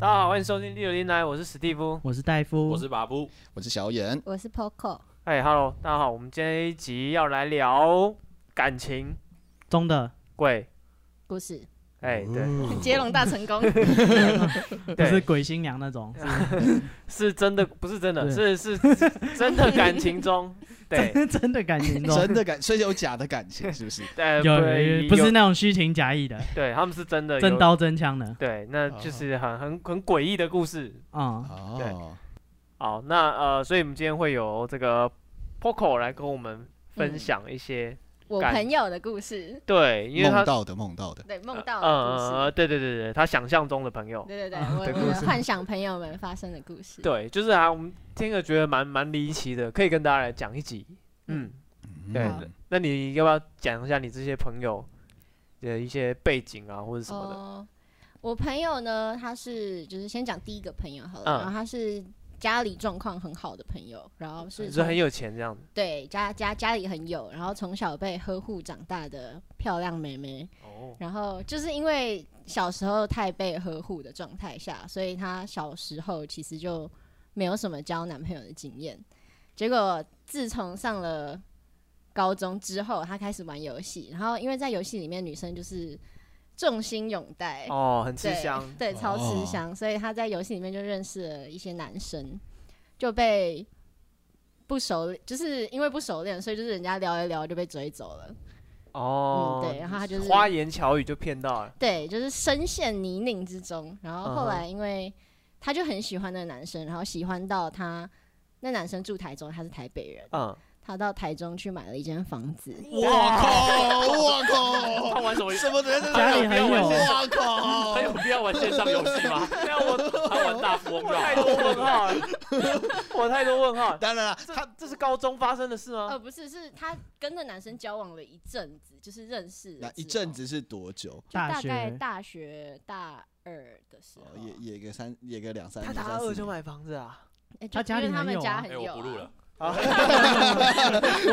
欢迎收听《六零来》，我是史蒂夫。我是戴夫，我是把布，我是小眼，我是 Poco，哎，Hello，大家好，我们今天一集要来聊感情中的，鬼。不是哎，嗯对， 接龙大成功， 不是对，鬼新娘那种， 是真的，不是真的，是对是是真的感情中，对，是真的感情中，真的感，所以有假的 感情，是不是？呃，有呃对不是，那种虚情假意的，对，他们是真的，真有，刀真枪的，对，那就是很很很诡异的故事。嗯，哦，好，那呃，所以我们今天会有这个 Poco 来跟我们分享一些，我干朋友的故事，对，因为他梦，到的 梦到的，对梦嗯到的故嗯事，嗯，对对对对，他想象中的朋友，对对对，啊我我呃的的幻想朋友们发生的故事，对，就是啊，我们听了觉得蛮蛮离奇的，可以跟大家来讲一集。嗯，对嗯，那你要不要讲一下你这些朋友的一些背景啊，或者什么的？哦，我朋友呢，他是就是先讲第一个朋友好了，嗯然后他是家里状况很好的朋友，然后是你说从很有钱这样子。对家家家里很有，然后从小被呵护长大的漂亮妹妹，哦，然后就是因为小时候太被呵护的状态下，所以她小时候其实就没有什么交男朋友的经验。结果自从上了高中之后，她开始玩游戏，然后因为在游戏里面女生就是众星拥戴，哦，很吃哎对香。对，超吃哦香，所以她在游戏里面就认识了一些男生，就被。不熟，就是因为不熟练，所以就是人家聊一聊就被追走了。哦，嗯对然后他就是花言巧语就骗到了。对，就是深陷泥泞之中。然嗯后哼后来因为他就很喜欢那个男生，然后喜欢到他那男生住台中，他是台北人，嗯，他到台中去买了一间房子。我靠，我 靠，他玩什么？什么人在家里很不要玩有，我靠他，有必要玩线上游戏吗？那我他玩大富翁我就太好。多问号了， 我太多问号了。当然了，这这是高中发生的事呃，吗？不是，是他跟那男生交往了一阵子，就是认识了那一之阵后，子是多久？就大大概学大学大二的时哦候，，也也个三，也个两呃三啊他年，大三四二年就买房子啊？诶就他家因为里他很们有家啊很哎，有我啊、不录了，啊，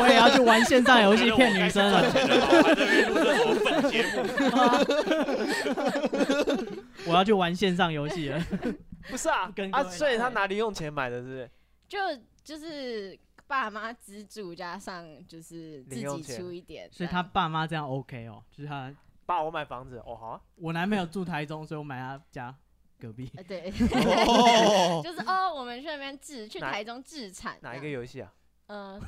我也要去玩线上游戏骗女生我了，觉得我还在那边录这种笨节目。 我要去玩线上游戏了， 不是啊跟，各啊，位所以他来哪里用钱买的？是不是？就就是爸妈资助加上就是自零用己钱出一点这所以样，他爸妈这样 OK 哦，就是他爸，我买房子。哦，好啊。我男朋友住台中，所以我买他家隔壁，呃对。哦， 就是哦，我们去那边治，去哪台中治产哪一这个样？游戏啊？呃，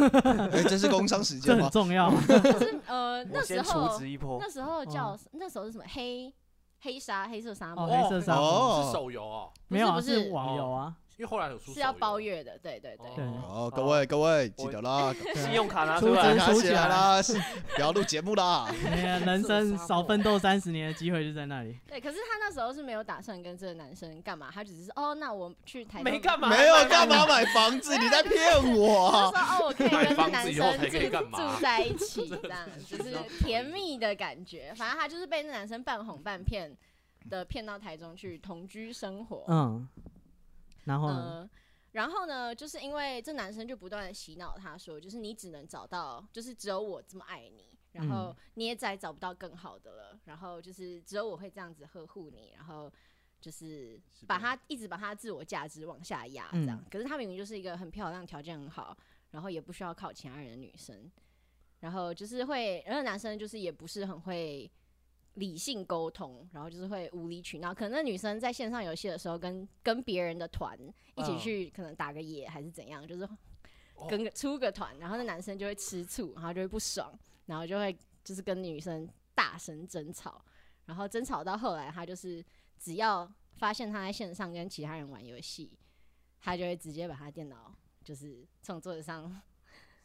哎，这是工商时这间 很吗？重要，就是呃，我那时先除候之一波。那时候叫那时候是什么黑黑沙黑色沙哦，漠，黑色沙漠哦，是手游哦，没有啊，不是不是是网游啊，因为后来有出手是要游包月的，对对对。对哦，各位各位，记得啦，啊信用卡拿出出来资。拿起来啦，是不要录节 目啦。哎呀人生少奋斗三十年的机会就在那里，对，可是他那时候是没有打算跟这个男生干嘛，他只是哦，那我去台中没干嘛，没有干嘛买房子，你在骗我就 啊。说哦，我可以买跟这房子男以后生才可以住干嘛住在一起，这样就是甜蜜的感觉。反正他就是被那男生半哄半骗的骗到台中去同居生活。嗯，然后呢？嗯，然后呢，就是因为这男生就不断的洗脑他说，就是你只能找到，就是只有我这么爱你，然后你也再也找不到更好的了，然后就是只有我会这样子呵护你，然后就是嗯把他一直把他自我价值往下压这样。可是他明明就是一个很漂亮、条件很好，然后也不需要靠其他人的女生，然后就是会，那个男生就是也不是很会。理性沟通，然后就是会无理取闹。可能那女生在线上游戏的时候跟，跟别人的团一起嗯去，可能打个野还是怎样，就是哦跟个出个团，然后那男生就会吃醋，然后就会不爽，然后就会就是跟女生大声争吵，然后争吵到后来，他就是只要发现他在线上跟其他人玩游戏，他就会直接把他电脑就是从桌子上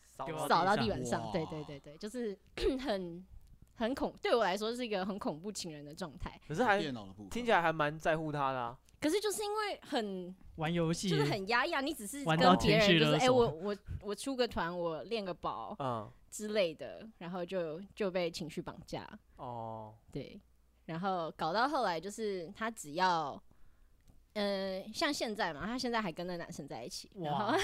到扫到地地上板上哇，对对对对，就是 很很恐，对我来说是一个很恐怖情人的状态。可是还电脑的部听分，起来还蛮在乎他的啊。可是就是因为很玩游戏，就是很压抑啊，你只是玩到跟别情绪人就是勒哎、索我我我出个团，我练个宝嗯，之类的，然后就就被情绪绑架，哦，对，然后搞到后来就是他只要。嗯、像现在嘛，他现在还跟那男生在一起，然后哇，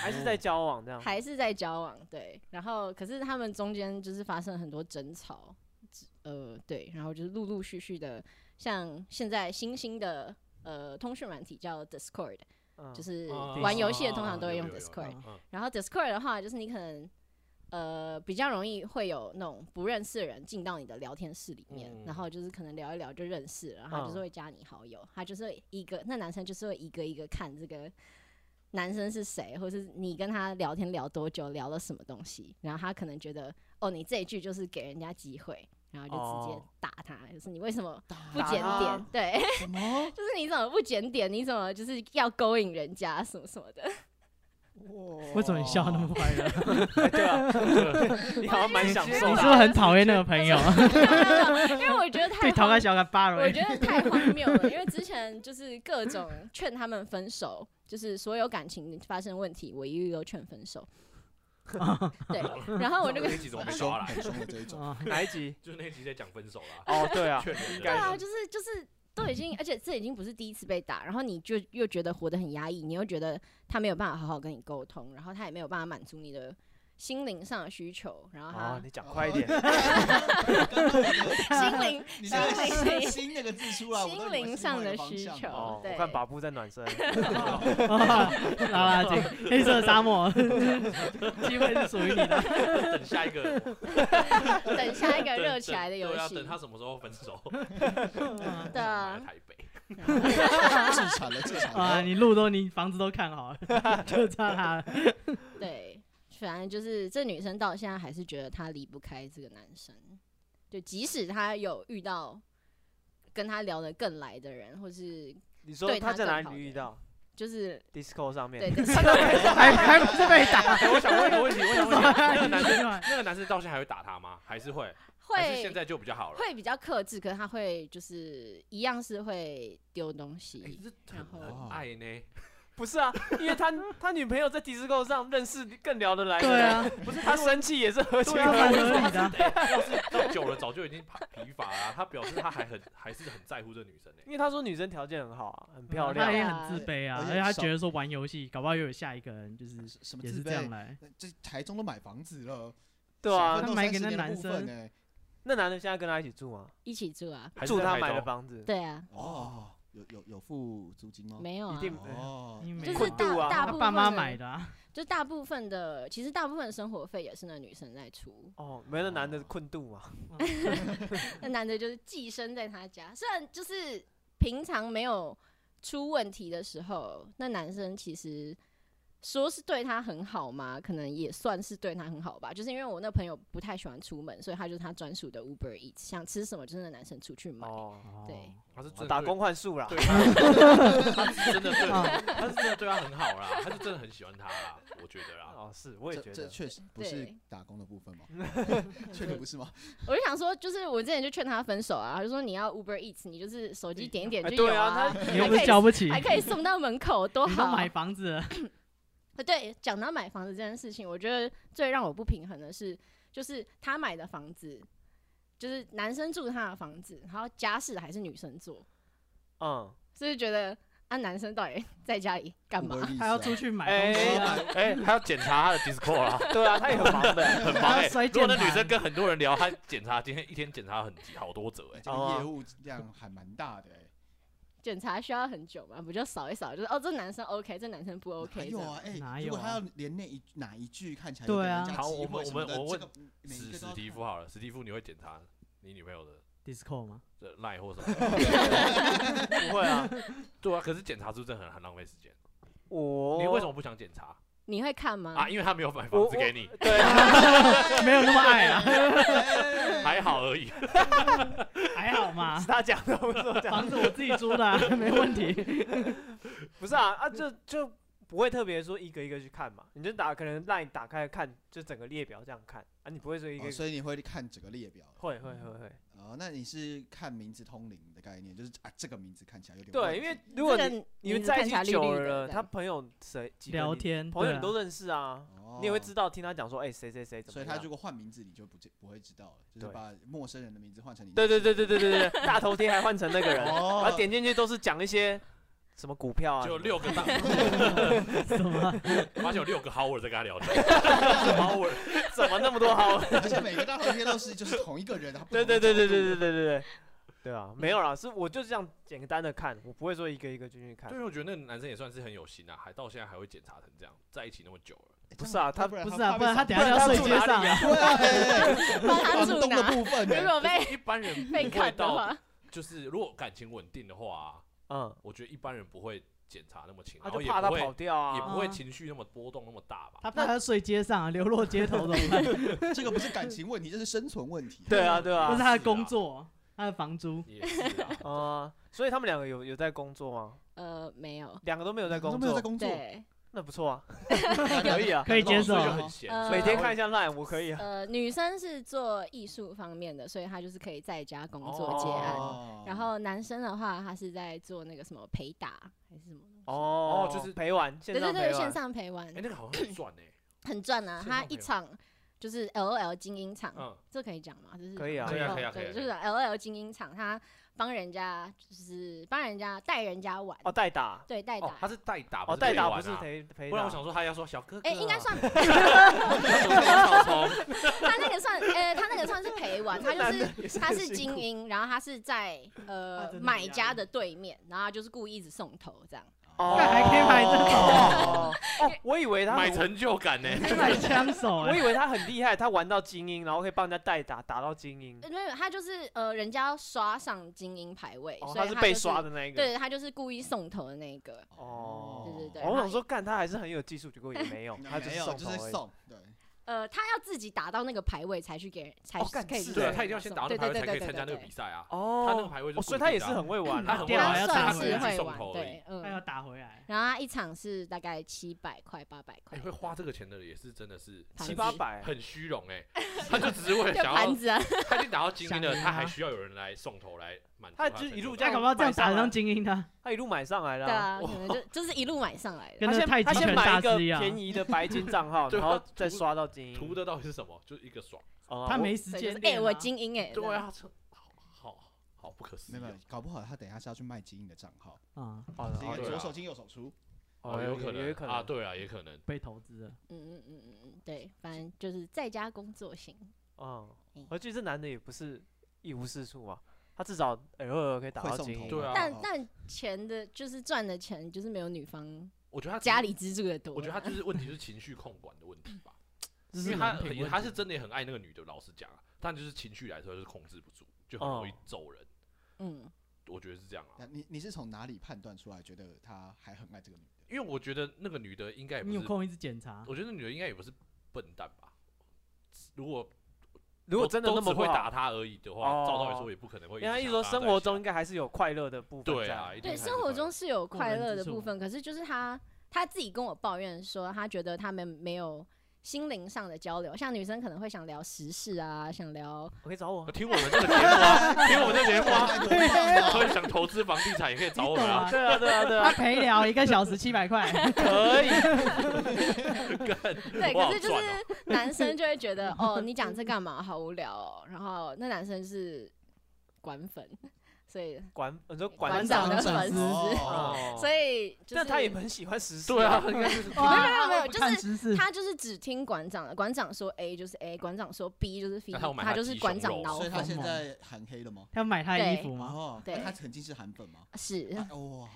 还是在交往这样。还是在交往，对。然后可是他们中间就是发生了很多争吵，呃，对。然后就是陆陆续续的，像现在新兴的呃通讯软体叫 Discord，嗯就是啊玩游戏的通常都有会用有有 Discord 嗯。然后 Discord 的话，就是你可能呃比较容易会有那种不认识的人进到你的聊天室里面，嗯然后就是可能聊一聊就认识了，然后他就是会加你好友，他就是会一个那男生就是会一个一个看这个。男生是谁，或是你跟他聊天聊多久，聊了什么东西，然后他可能觉得，哦，你这一句就是给人家机会，然后就直接哦打他，就是你为什么不打检他点？对，什么？ 就是你怎么不检点？你怎么就是要勾引人家什么什么的？嗯为什么你笑得那么欢乐？哎对啊，对你好像蛮享你是受不的是啊。很讨厌那个朋 友？ 因为我觉得太对，逃开荒，小看八我了。觉得太荒谬了。因为之前就是各种劝他们分手，就是所有感情发生问题，我一律都劝分手。对，然后我就那跟集怎么很没凶抓，来？很凶 的哎这一种。啊哪一集？就那集在讲分手啦，哦，对 啊，劝人对干啊，家就是就是都已经，而且这已经不是第一次被打，然后你就又觉得活得很压抑，你又觉得他没有办法好好跟你沟通，然后他也没有办法满足你的心灵上的需求，然后哦他，你讲快一点。 心灵你现在心灵 新新那个字出来，我都以心为是灵上另外一个的方需向 求哦，对我看把布在暖身。哦啦啦，这黑色沙漠，机会是属于你的。等下 一个等下一个等热起来的游对啊，戏，等他什么时候分手？对来啊台北，自产了，自产 啊，了。你路都你房子都看好了，就差他了。对，反正就是这女生到现在还是觉得她离不开这个男生，就即使她有遇到跟她聊得更来的人，或是你说对他他在更哪好里遇的到就是？Disco 上面。对， 还还不是被打？啊哎我想问一个问题，我想问一个， 那个男生，生那个男生到现在还会打他吗？还是会？还是现会在就比较好了？会比较克制，可是她会就是一样是会丢东哎西，这然后很爱 呢，不是啊，因为他他女朋友在 Disco 上认识更聊得来。对，啊，不是他生气也是合情对啊，合蛮理。合理的 啊。要是到久了早就已经疲乏了啊。他表示他还很还是很在乎这女生呢。因为他说女生条件很好啊，很漂他亮。也很自卑啊，而而且且他少觉得说玩游戏，搞不好又有下一个人，就是什么也是自这样卑？来。这台中都买房子了，对啊想，奋他斗买给30那年的男部分生哎。那男的现在跟他一起住吗？一起住啊，还是住在他台买的中房子，对啊，哦，有有有付租金吗？没有一啊，定哦，因为就没是困度大啊大他部爸妈分买的啊，就大部分的，其实大部分的生活费也是那女生在出，哦，没有那男的困度嘛。那男的就是寄生在他家。虽然就是平常没有出问题的时候，那男生其实说是对他很好嘛，可能也算是对他很好吧。就是因为我那朋友不太喜欢出门，所以他就是他专属的 Uber Eats，想吃什么就是那男生出去买。哦，对他是真的打工换宿啦对。他，他是真的对，他是真的对他很好啦，他是真的很喜欢他啦，我觉得啦。哦，是，我也这觉这得。确实不是对打工的部分吗？ 确实不是吗？我就想说，就是我之前就劝他分手啊，他就说你要 Uber Eats，你就是手机点一点哎就有对啊他你又还不可是以瞧不起，还可以送到门口，多你好都啊！买房子了，呃，对，讲到买房子这件事情，我觉得最让我不平衡的是，就是他买的房子，就是男生住他的房子，然后家事还是女生做，嗯，所以觉得啊，男生到底在家里干嘛？ Uber Eats 啊他要出去买哎东西啊。 哎，他要检查他的 Discord 啦，对啊，他也很忙 的。很他忙要哎。摔如果那键女生盘跟很多人聊，他检查今天一天检查很好多折哎。这个业务量还蛮大的哎。检查需要很久嘛，不就扫一扫，就是哦，这男生 OK，这男生不 OK 还这有样。啊，哎、哪如果有他啊要连那一哪一句看起来对啊好我们我们我问史史史蒂夫好了，史蒂夫你会检查你女朋友的 Discord 吗？这 line 或什么？不会啊，对啊，可是检查是不是真的很很浪费时间？我嗯你为什么不想检查你会看吗？啊？因为他没有买我房子给你我，对，没有那么爱啊， 还好而已。还好嘛是， 他讲的，不是我讲的。房子我自己租的啊，没问题。不是啊啊，就就不会特别说一个一个去看嘛，你就打可能让你打开看，就整个列表这样看啊，你不会说一个一个、哦，所以你会看整个列表会会嗯会会，哦，那你是看名字通灵的概念，就是啊，这个名字看起来有点问对，题因为如果这你个你名们字在看一起来起绿久了绿的呢，这他样朋友谁几个聊你天，朋友对你啊都认识啊，哦你也会知道听他讲说，哎、谁谁谁怎么所以样，他如果换名字，你就不记不会知道了，就是对把陌生人的名字换成你。对对对对对对 对，大头贴还换成那个人， 哦，然后点进去都是讲一些什么股票啊， 什就么 六个大，什么？发现有六个 Howard 在跟他聊天，Howard 怎么那么多好， 而且每个大头贴都是就是同一个人，他不对对对对对对对对对，对啊，没有啦，是我就这样简单的看，我不会说一个一个进去看 对，因。为我觉得那个男生也算是很有心啊，还到现在还会检查成这样，在一起那么久了，不是啊，他不然不是啊，不然他等不下然就要他睡住街哪上里啊。对啊嘿嘿 嘿帮他房住东的哪？部分如呢，果被一般人不被会看的到，话，就是如果感情稳定的话啊，嗯，我觉得一般人不会检查那么勤，他然就后也怕他不跑会掉也啊。不会啊情绪那么波动那么大吧。他怕他睡街上啊，流落街头怎么办？这个不是感情问题，这是生存问题。对啊，对这啊是，啊他的工作，他的房租。也是啊，啊，所以他们两个有有在工作吗？呃，没有，两个都没有在都工没有在作，工作，对，那不错啊，可可以啊，可以接受所以就啊很闲，呃所以每天看一下。下 line，我可以啊。呃，女生是做艺术方面的，所以她就是可以在家工作接案。哦然后男生的话，他是在做那个什么陪打还是什么？哦哦就是陪玩，对线对上对，陪线玩。上陪玩哎，那个好像很赚哎，很赚啊！线上他陪一玩场就是 L O L 精英场，嗯，这可以讲吗？就是可以啊哦可以啊可以啊对可以啊就是 L O L 精英场，他帮人家就是帮人家带人家玩，哦，代打，对，代哦打，。他是代打，哦，代打不不是是陪玩啊陪陪不然我打。想说他要说小哥哥啊，哎，应该算草丛，他那个算，呃，他那个算是陪玩， 他 就男是的也是他很是辛精苦英，然后他是在他呃真的很买压家力的对面，然后他就是故意一直送头这样。哦，干还可以买这种 哦，哦我以为他买很成就感哎呢。买枪手我哎、以为他很厉害，他玩到精英，然后可以帮人家代打，打到精英。呃没有，他就是呃，人家要刷上精英排位，哦，所他以是他被就刷的那一个。对，他就是故意送头的那一个。哦对对对哦我想说，干他还是很有技术，结果也没 有，哦他只嗯没是有送就是头而已。送，对，呃，他要自己打到那个排位才去给人，才哦干可以是去的对啊，给人他一定要先送打到那对排对位对才可以对参对加那个对比赛啊。他那个哦，排位就哦固所以定的啊，他也是很会玩他啊很。会电脑玩还他要算打回是来他只会是送玩，头而已哎对，他要嗯。打回来，然后他一场是大概七百块、八百块哎，，会花这个钱的也是真的是盘七子八百，很虚荣哎，他就只是为了就想要盘，子啊，他已经打到精英了，想赢啊他还需要有人来送头来满足他的就成一路就这那样搞不好这样打得上精英的、他一路买上来了对啊。啊，可能就就是一路买上来的。跟他那先太他极先拳买大一个师一样。便宜的白金账号，对然啊后再图刷到精感图英。的到底是什么？就是一个爽。哦他我没时对，就间是练哎，啊我精英哎，这 对样，啊，这好好好不可思没议有啊。没有，搞不好他等一下是要去卖精英的账号，啊，哦是一哦个对左啊手进右手出，哦，有可能，有可啊，能。对啊，也可能。被投资了，嗯嗯嗯嗯嗯，对，反正就是在家工作型。嗯嗯，而且这男的也不是一无是处嘛，他至少偶尔可以打会到送精头哦英。对啊但但钱的，就是赚的钱，就是没有女方我觉得他家里，里资助的多。我觉得他就是问题是情绪控管的问题吧，这嗯因是为他人品问题他是真的也很爱那个女的，老实讲啊，但就是情绪来说就是控制不住，就很容易走人。嗯，我觉得是这样啊那，你你是从哪里判断出来觉得他还很爱这个 女的？因为我觉得那个女的应该也不你有是，空一直检查，我觉得那女的应该也不是笨蛋吧。如果如果都真的都那么只会不好打，他而已的话，哦照道理说也不可能会因一直为他一直说想跟他在一起啊。生活中应该还是有快乐的部分在。对啊，一定对，还生是活会中是有快乐的部过分，可是就是他他自己跟我抱怨说，他觉得他们没有心灵上的交流，像女生可能会想聊时事啊，想聊我可以找我有。听我们这个节目啊，听我们这个节目 啊，花所以想投资房地产也可以找我们啊。对啊，对啊，对 他啊，陪聊一个小时七百块，可以。对，我好可是就赚啊是男生就会觉得哦，你讲这干嘛？好无聊哦。然后那男生是管粉，所以管，呃你说馆管长的的粉粉丝丝，哦，哦，所以就是但他也很喜欢时事。对啊，，应该是没有没有没有，不就看是知识，他就是只听馆长的，馆长说 A 就是 A，馆长说 B 就是 B，那他有买他他就是鸡馆胸长肉脑哦所以他粉现在韩黑了吗？他要买他的衣服吗？哦，对那他曾经是韩粉吗？是哎哇，哇，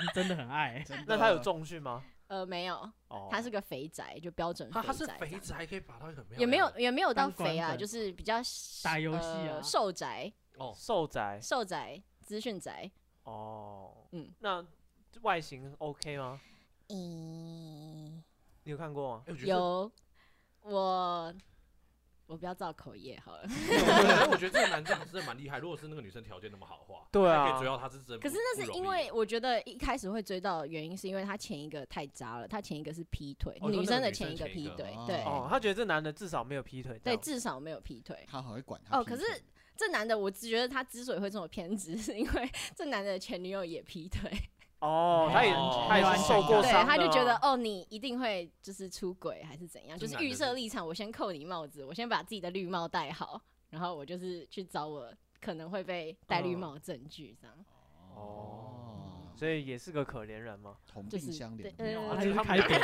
是真的很爱，真的那他有重训吗？呃没有，哦，他是个肥宅，就标准他他是宅这肥样，宅，还可以把他很哎也没有也没有到当馆肥啊，长就是比较打游戏啊呃瘦宅哦，瘦宅。瘦宅资讯宅，哦，嗯，那外形 OK 吗？嗯，你有看过吗？哎我觉得这，有我我不要造口业好了，哎我觉得这个男生真的蛮厉害。如果是那个女生条件那么好的话，对啊他可以追到他是真不。可是那是不容易因为我觉得一开始会追到的原因是因为他前一个太渣了，他前一个是劈腿，哦你说那个生的女生前一个前一劈个腿哦，对哦，他觉得这男的至少没有劈腿这对，样。至少没有劈腿。他好会管他哦劈腿。可是这男的，我只觉得他之所以会这么偏执，是因为这男的前女友也劈腿，哦，他也哦他也是受过对，伤的啊，他就觉得哦，你一定会就是出轨还是怎样，这就是男的预设立场，我先扣你帽子，我先把自己的绿帽戴好，然后我就是去找我可能会被戴绿嗯帽的证据这样，哦，所以也是个可怜人嘛。同就病是相怜。对我呃他觉就得是他们开两店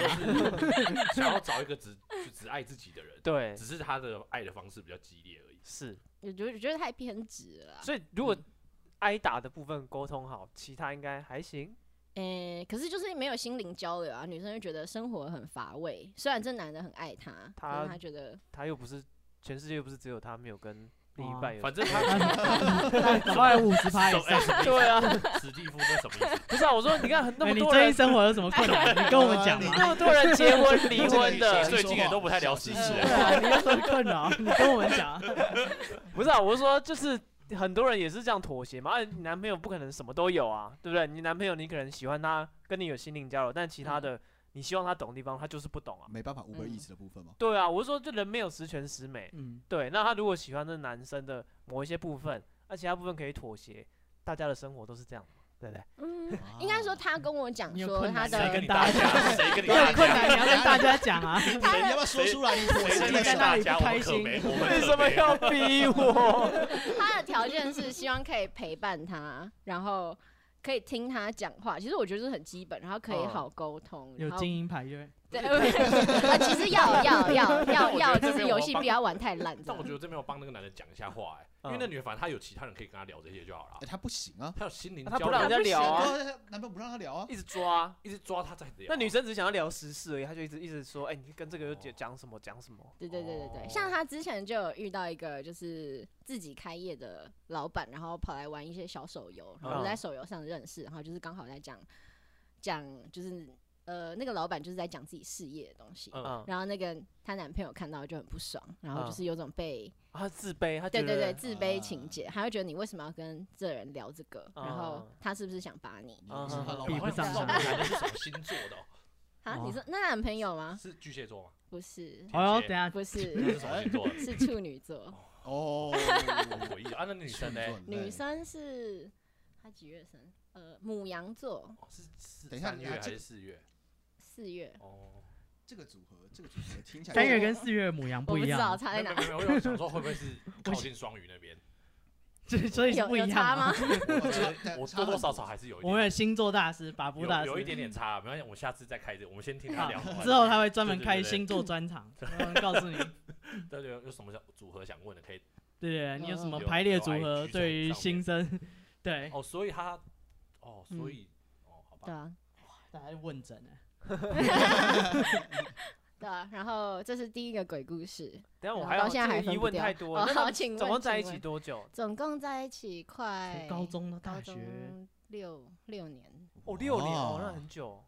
啊，个 都是想要找一个只就只爱自己的人，对只是他的爱的方式比较激烈而已。是，我觉得我觉得太偏执啊了啦。啊所以如嗯果挨打的部分沟通好，其他应该还行。诶、可是就是没有心灵交流啊，女生就觉得生活很乏味。虽然这男的很爱她，可他是她觉得他又不是全世界，又不是只有他没有跟另一哇半有。哦反正他搞不好五十趴以手上。哎对啊，史蒂夫那什么意思？不是啊，我说你看很那哎么你多最近人，生活有什么困 难？你跟我们讲嘛。那么多人结婚离这个 婚谁的说，最近也都不太聊小心时事对说啊，你有什么困扰？你跟我们 讲。啊不是啊，我是说就是很多人也是这样妥协嘛。啊你男朋友不可能什么都有啊，对不对？你男朋友你可能喜欢他，跟你有心灵交流，但其他嗯的你希望他懂的地方，他就是不懂啊。没办法五倍嗯意识的部分嘛。对啊，我是说这人没有十全十美。嗯，对，那他如果喜欢这男生的某一些部分，那其他部分可以妥协，大家的生活都是这样嘛，对 不对？嗯，应该说啊她跟我讲你有说困她难谁谁的跟跟你你大大家？家谁跟你你有大困家？难你要跟大家讲啊。你你要不要说出来？你我谁跟真的你大家？我们可没，我们为可啊什么没有要逼我？ 他的条件是希望可以陪伴他，然后可以听他讲话。其实我觉得是很基本，然后可以嗯好沟通。 有然后精英牌就会对， 啊，其实要要要但要我觉要，得这就是边游我戏帮不要玩太烂。但我觉得这边我帮那个男的讲一下话哎、因为那女的反正她有其他人可以跟她聊这些就好了哎，。他不行啊，她有心灵他交不让人流，家聊啊，对啊男朋友不让他聊啊。一直抓。一直抓她在聊。那女生只想要聊时事而已，她就一直一直说，哎、你跟这个又讲讲什么讲什么。对对对对哦对，像他之前就有遇到一个就是自己开业的老板，然后跑来玩一些小手游，然后嗯我在手游上认识，然后就是刚好在讲讲就是呃那个老板就是在讲自己事业的东西，嗯嗯，然后那个她男朋友看到就很不爽，然后嗯就是有种被她自卑，她觉对得对对，自卑情啊节，他会觉得你为什么要跟这人聊这个？然后啊他是不是想把你？嗯是他老老比板不上老他板是什么星座的哦、啊，哦你说那男朋友啊吗？是巨蟹座吗？不是，哦哟，等一下不那 是，是什么星座的？是处女座。哦，好诡异啊！那女生呢？女生是她几月生？呃，母羊座，哦是是等一下三月你还要这是四月？四月。哦，这个组合，这个组合听起来三月跟四月母羊我不不一知道样，差没在哪有，没有没有，我有想说会不会 是靠近双鱼那边？所以所以是有不一有样啊差嘛吗？？我知道 但我差多很多少少还是有一我们点有星座大师、把布大有师，有一点点差，没关系，我们下次再开这个，我们先听他啊聊。之后他会专门对对开对对星座专场，然后告诉你，对对，有什么想组合想问的可以对 对，对你有什么有排列有啊组 IG 合上对于上新面生，对，哦，所以他哦，嗯所以哦，好对吧，啊，大家问诊啊呢， 对啊。然后这是第一个鬼故事，等一下我然后还到有现在还这个疑分不问掉太多哦了。 那他好们请总问共在一请起问多久？总共在一起快从高中到大高学，中六六年。哦，六年哦，那哦很久，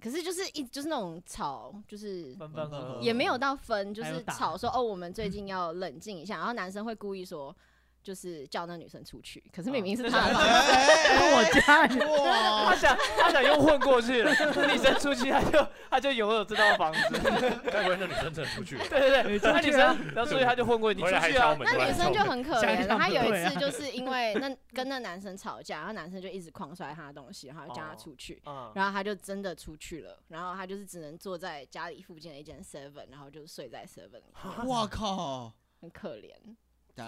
可是就是一就是那种吵，就是分嗯分合合。也没有到分，就还有是打吵说哦，我们最近要冷静一下，然后男生会故意说，就是叫那女生出去，可是明明是啊他哦那的房是间， 我家 里他哎哇，想他想用混过去了，那女生出去，他就他就拥有这套房子。 该不会那女生真的出去了？对对对，你出那去女啊生，然后所以他就混过去，你回出来还去敲啊。门，回那来 女敲生门就很可想怜 想了。她不有对一啊次就是因为那跟那男生吵架，然后男生就一直狂摔她的东西，然后叫她哦出去，嗯，然后她就真的出去了，然后她就是只能坐在家里附近的一间 Seven，然后就睡在 Seven 里，我靠！很可怜。嗯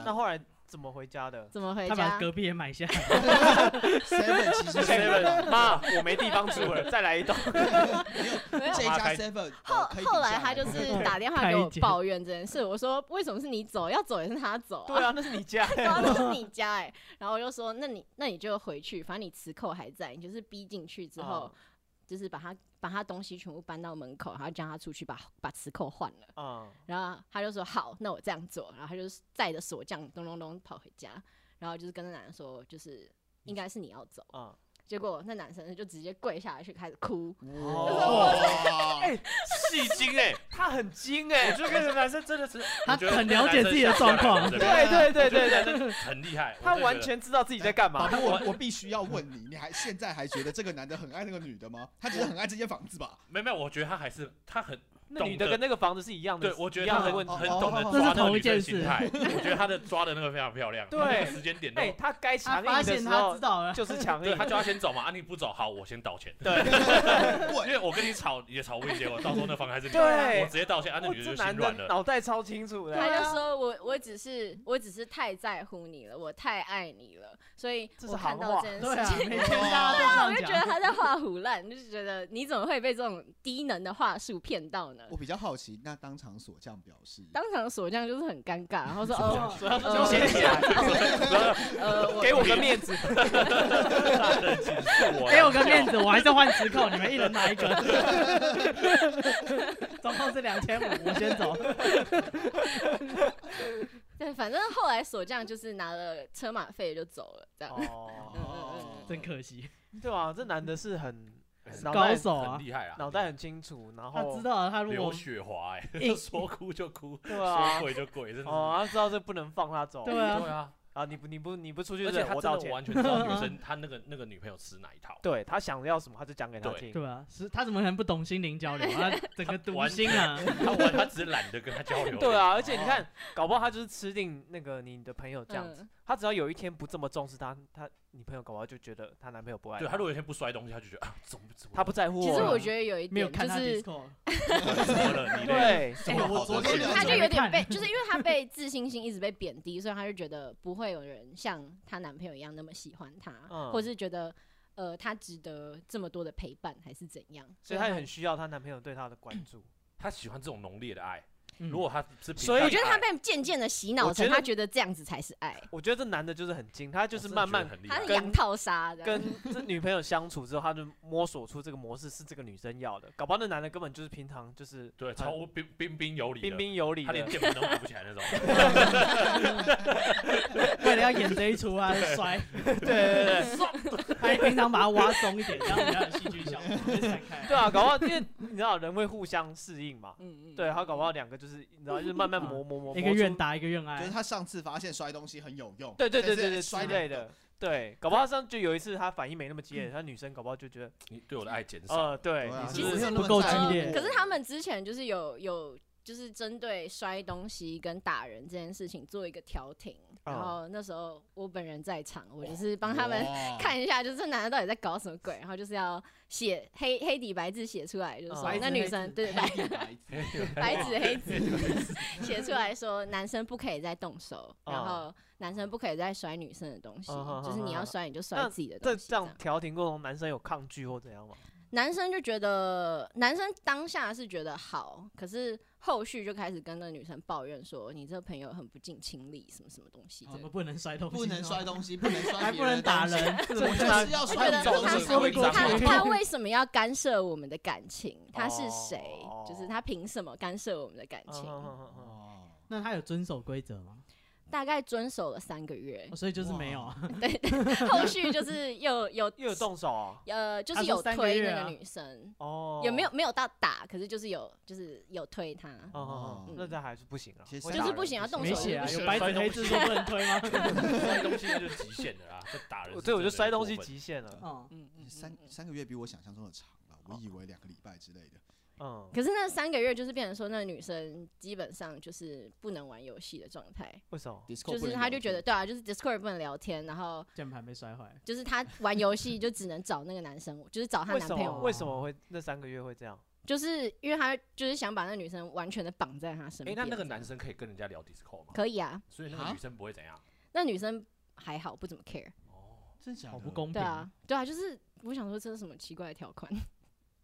那后来怎么回家的？怎么回他把家？隔壁也买下来， Seven 其实 Seven，妈，我没地方住了，再来一栋。没有这一家 Seven 后后来他就是打电话给我开解抱怨这件事，我说为什么是你走，要走也是他走 啊对。啊，那是你家。对啊，那是你家哎、然后我就说，那你那你就回去，反正你磁扣还在，你就是逼进去之后，就是把他把他东西全部搬到门口，然后叫他出去把把磁扣换了。嗯，然后他就说好，那我这样做，然后他就载着锁匠咚咚咚跑回家，然后就是跟那男人说，就是应该是你要走。嗯结果那男生就直接跪下来去开始哭，哇，戏精哎，他很精哎、我觉得跟 男生真的是，他欸 我觉得很跟男了解生自己的相状较来况讲对对对对我觉得对男对，生很厉害，他我真的完觉得全知道自己在干宝哎嘛。宝，我我必须要问你，你还现在还觉得这个男的很爱那个女的吗？他只是很爱这间房子吧？没有没有，我觉得他还是他很那女的懂得跟那个房子是一样的，对，我觉一得他样的很问题。很哦懂得哦哦这是抓那个同一女生件心事态，我觉得他的抓的那个非常漂 亮，对他那个时间点都哎、，他该强他硬发的现时他候知道了， 就是强对硬，他就要先走嘛，啊你不走，好，我先道歉，因滚！为我跟你吵也吵不赢结果，到时候那方还是你，对我直接道歉，啊那哇女哦这的就心男软的了，脑袋超清楚的、他 就说我我只是我只是太在乎你了，我太爱你了，所以这是我看行到话这件对事啊，情。每天大家都啊我这就样觉得讲，他在画胡乱，就是觉得你怎么会被这种低能的话术骗到呢？了我。比较好奇，那当场锁匠表示，当场锁匠就是很尴尬，然后说 哦，所以他说呃写起 来，呃，我给我个面子。大人请恕我，啊给我个面子，我还是换直扣，你们一人拿一个。总共是两千五，我先走。对，反正后来锁匠就是拿了车马费就走了，这样。嗯哦，哦真可惜，对啊，这男的是嗯很很脑高袋手很啊，厉害啊，脑袋很清楚，然他后知道啊他如刘果雪华哎，硬说哭就哭，对说啊，跪就跪，真的哦是。，他知道这不能放他走。对啊啊，啊，你不你不你不出去，而且他我道真的歉。完全知道女生她那个那个女朋友吃哪一套，对他想要什么，他就讲给他对听。对啊，是他怎么可能不懂心灵交流啊？他整个读完心啊，她玩她只是懒得跟她交流。对啊，而且哦你 看，搞不好他就是吃定那个你的朋友这样子嗯。他只要有一天不这么重视他，他女朋友搞不好就觉得她男朋友不爱对，她她如，果有一天不摔东西，她就觉得啊，怎么怎么他不在乎我。其实我觉得有一没有点就看他是 Discord。怎么了？你嘞？ 对，怎么哎我好昨的天人他就有点 被，看就是因为他被自信心一直被贬低，所以他就觉得不会有人像她男朋友一样那么喜欢她，嗯或是觉得呃她值得这么多的陪伴，还是怎样？所以她也很需要她男朋友对她的关注。她喜欢这种浓烈的爱。嗯如果她是平淡的爱，所以我觉得他被渐渐的洗脑我觉成得他觉得这样子才是爱，我觉得这男的就是很精，他就我是真慢的觉慢得很厉他害是跟养套杀的。跟这女朋友相处之后，他就摸索出这个模式是这个女生要的。搞不好那男的根本就是平常就是对很超彬彬彬有礼的，彬彬有礼他连的。键盘都举不起来 那种。为了要演这一出啊，摔，对对对还平常把它挖松一点，这样比较有戏剧效果。 对啊，搞不好因为你知道人会互相适应嘛。嗯嗯，对，啊他搞不好两个就是你知道，就是慢慢磨磨磨，嗯一个磨出愿打一个愿就是挨，他上次发现摔东西很有用，对对对但对是对之摔类两个的，对，搞不好上就有一次他反应没那么激烈，他女生搞不好就觉得，你对我的爱减少，呃，对，对你啊嗯其是不实是没有那不么够在激乎烈我嗯可是他们之前就是有有就是针对摔东西跟打人这件事情做一个调停，啊然后那时候我本人在场，我就是帮他们哦哇看一下，就是这男的到底在搞什么鬼，然后就是要写黑黑底 白字写出来，就是说、哦那女生 对白黑底白字 白纸黑字写出来说男生不可以再动手，哦然后男生不可以再摔女生的东西，哦好就是好你要好摔你就那摔自己的这东西。这样调停过程中，男生有抗拒或怎样吗？男生就觉得男生当下是觉得好，可是后续就开始跟那女生抱怨说你这朋友很不近情理，什么什么东西的我。们不能摔东西，不能摔，东西，不能摔，还不能打，人，不我就是要摔他你东他西说得过去他对他为什么要干涉我们的感情？他是哦嗯谁？就是他凭什么干涉我们的感情？情，哦那他有遵守规则吗？大概遵守了三个月 哦，所以就是没有啊。后续就是又有又有动手啊？呃，就他是说有三个推月那啊个女生，哦，也没有？没有到打，可是就是有就是有推她，哦哦哦，那这还是不行啊，其实会就打是人不行要动嗯没手写啊，就有是白纸黑字说不能推吗？ 摔东西那就是极限的啦，这打人。对，我就摔东西，极限了。 哦，嗯嗯三嗯嗯三个月比我想象中的长了，我以为两个礼拜之类的。嗯，可是那三个月就是变成说，那女生基本上就是不能玩游戏的状态，为什么？ Discord 就不是能她聊就觉天得对啊，就是 Discord 不能聊天，然后键盘被摔坏。就是她玩游戏就只能找那个男生，就是找她为男什朋友啊么？玩，为什么会那三个月会这样？就是因为她就是想把那女生完全的绑在她身哎，边。那那个男生可以跟人家聊 Discord 吗？可以啊，所以那个女生不会怎样。那女生还好，不怎么 care。哦，真假的好不公对平。啊，对啊，就是我想说这是什么奇怪的条款，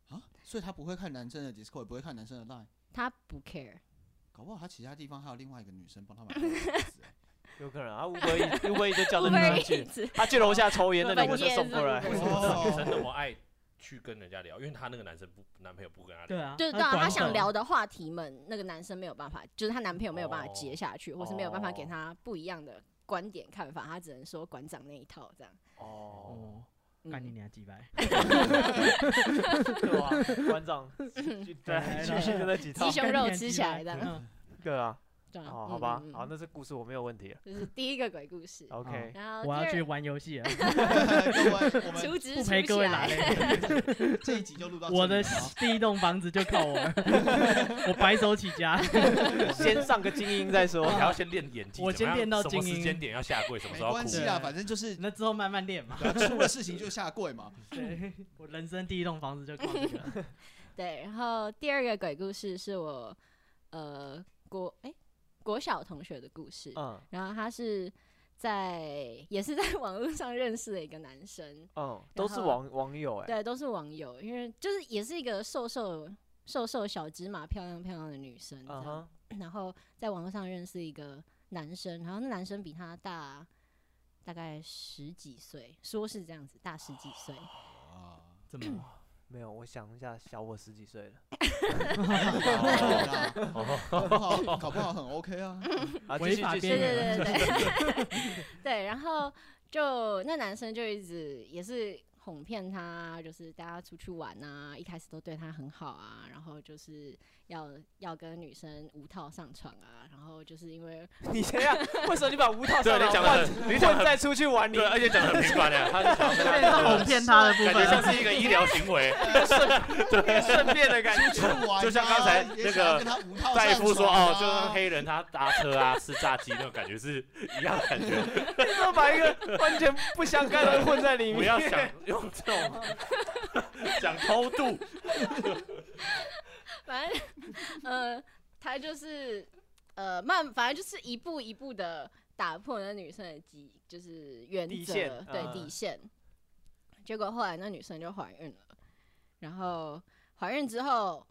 啊，所以他不会看男生的 Discord，也不会看男生的 Line，她不 care。搞不好他其他地方还有另外一个女生帮他 买房子欸。有可能啊，乌龟 乌龟就叫 u 那 b 女 e 生去， 他去楼下抽烟，那女本生业送是过来。 Uber 为什么这个女哦生那么爱去跟人家聊？因为她那个男生不男朋友不跟她聊对。啊，就是对他啊，短她手想聊的话题们，那个男生没有办法，就是她男朋友没有办法哦接下去，或是没有办法给哦她不一样的观点看法，她只能说馆长那一套这样。哦，哦，嗯干你娘几 百，对啊，馆 长，对，继续就那几套鸡。胸肉吃起来的嗯对啊，对啊，哦，嗯好吧嗯，嗯好，那这故事我没有问题了。这是第一个鬼故事。 OK，然后我要第去二玩游戏了， 各位，我们出职不出陪各起位来来。了。 这一集就录到这我的里了啊第一栋房子就靠我 了，我白手起家。 先上个精英再说我。还要先练演技，我先怎么样练到什么精时英间点要下跪，什么没时候要关哭系对？啊，反 正就是那之后慢慢练嘛。对啊出了事情就下跪嘛。对，我人生第一栋房子就靠这个 了。对，然后第二个鬼故事是我呃国哎国小同学的故事，嗯然后他是在也是在 网络上认识的一个男生，嗯，都是网网友哎。对，都是网友，因为就是也是一个瘦瘦瘦瘦小芝麻、漂亮漂亮的女生这嗯样。哼，然后在网络上认识一个男生，然后那男生比他大大概十几岁，说是这样子，大十几岁。啊，怎么？没有，我想一下，小我十几岁了搞不好搞不好很 OK 啊，啊，继违续法继续对边缘对对对 对，然后就那男生就一直也是哄骗她，就是大家出去玩啊，一开始都对她很好啊，然后就是要要跟女生无套上床啊，然后就是因为 你想想，为什么你把无套上对来你讲得换很你讲得换再出去玩，你对，而且讲 的很频繁的，啊他是想要对是 跟他哄骗他的部感觉像啊 分，是一个医疗行为。顺便的感觉，出去玩 啊就像刚才也那想要个跟他无套大上夫说床哦，啊就像黑人他搭车啊、吃炸鸡那种感觉是一样的感觉。你怎么把一个完全不相干的混在 里面？不要想用这种想偷渡，反正呃，他就是呃慢，反正就是一步一步的打破那女生的基，就是原底则，线对、嗯底线。结果后来那女生就怀孕了，然后怀孕之后，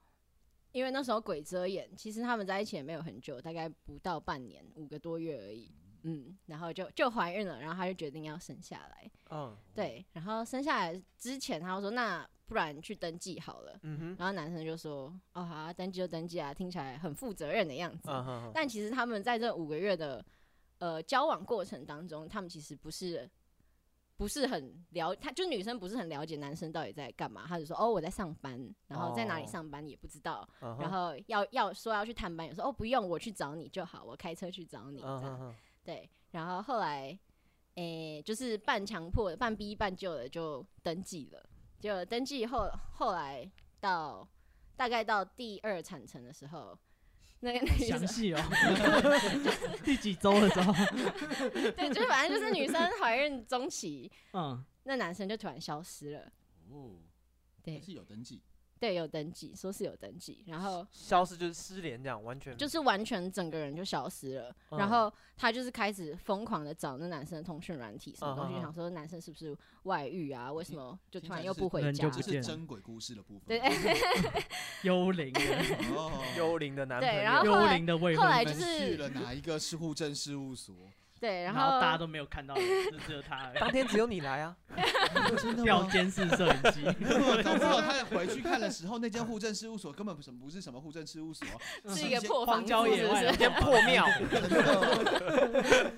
因为那时候鬼遮眼，其实他们在一起也没有很久，大概不到半年，五个多月而已。嗯，然后就就怀孕了，然后他就决定要生下来。嗯对，然后生下来之前，他就说那不然去登记好了。嗯哼，然后男生就说：“哦，好、啊，登记就登记啊，听起来很负责任的样子。嗯哼，但其实他们在这五个月的呃交往过程当中，他们其实不是不是很了，他就女生不是很了解男生到底在干嘛。他就说：哦，我在上班，然后在哪里哦上班也不知道，嗯哼然后要要说要去探班，也说哦不用，我去找你就好，我开车去找你。嗯这样哼哼对，然后后来，诶、就是半强迫、半逼、半就的就登记了。就登记后，后来到大概到第二产程的时候，那个女 详生细哦。 第几周的时候，对，就是反正就是女生怀孕中期，嗯，那男生就突然消失了。哦，对还是有登记，对，有登记，说是有登记，然后消失就是失联这样，完全就是完全整个人就消失了。然嗯后他就是开始疯狂的找那男生的通讯软体什么东嗯嗯西，嗯想说男生是不是外遇啊？为什么就听突然起来又就不是回人家就了？不这见是了真鬼故事的部分。 对，幽灵的，哦， 哎幽灵的男朋友，对然后幽灵的未后来婚就夫，是去了哪一个是户政事务所？ 对，然然后后大家都没有看到人，就只有他而已 当天只有你来啊，真的调吗？监视摄影机。如果搞不好他回去看的时候，那间户政事务所根本不是不是什么户政事务所， 是一个间破荒房郊子野是不外啊是的？先破庙，真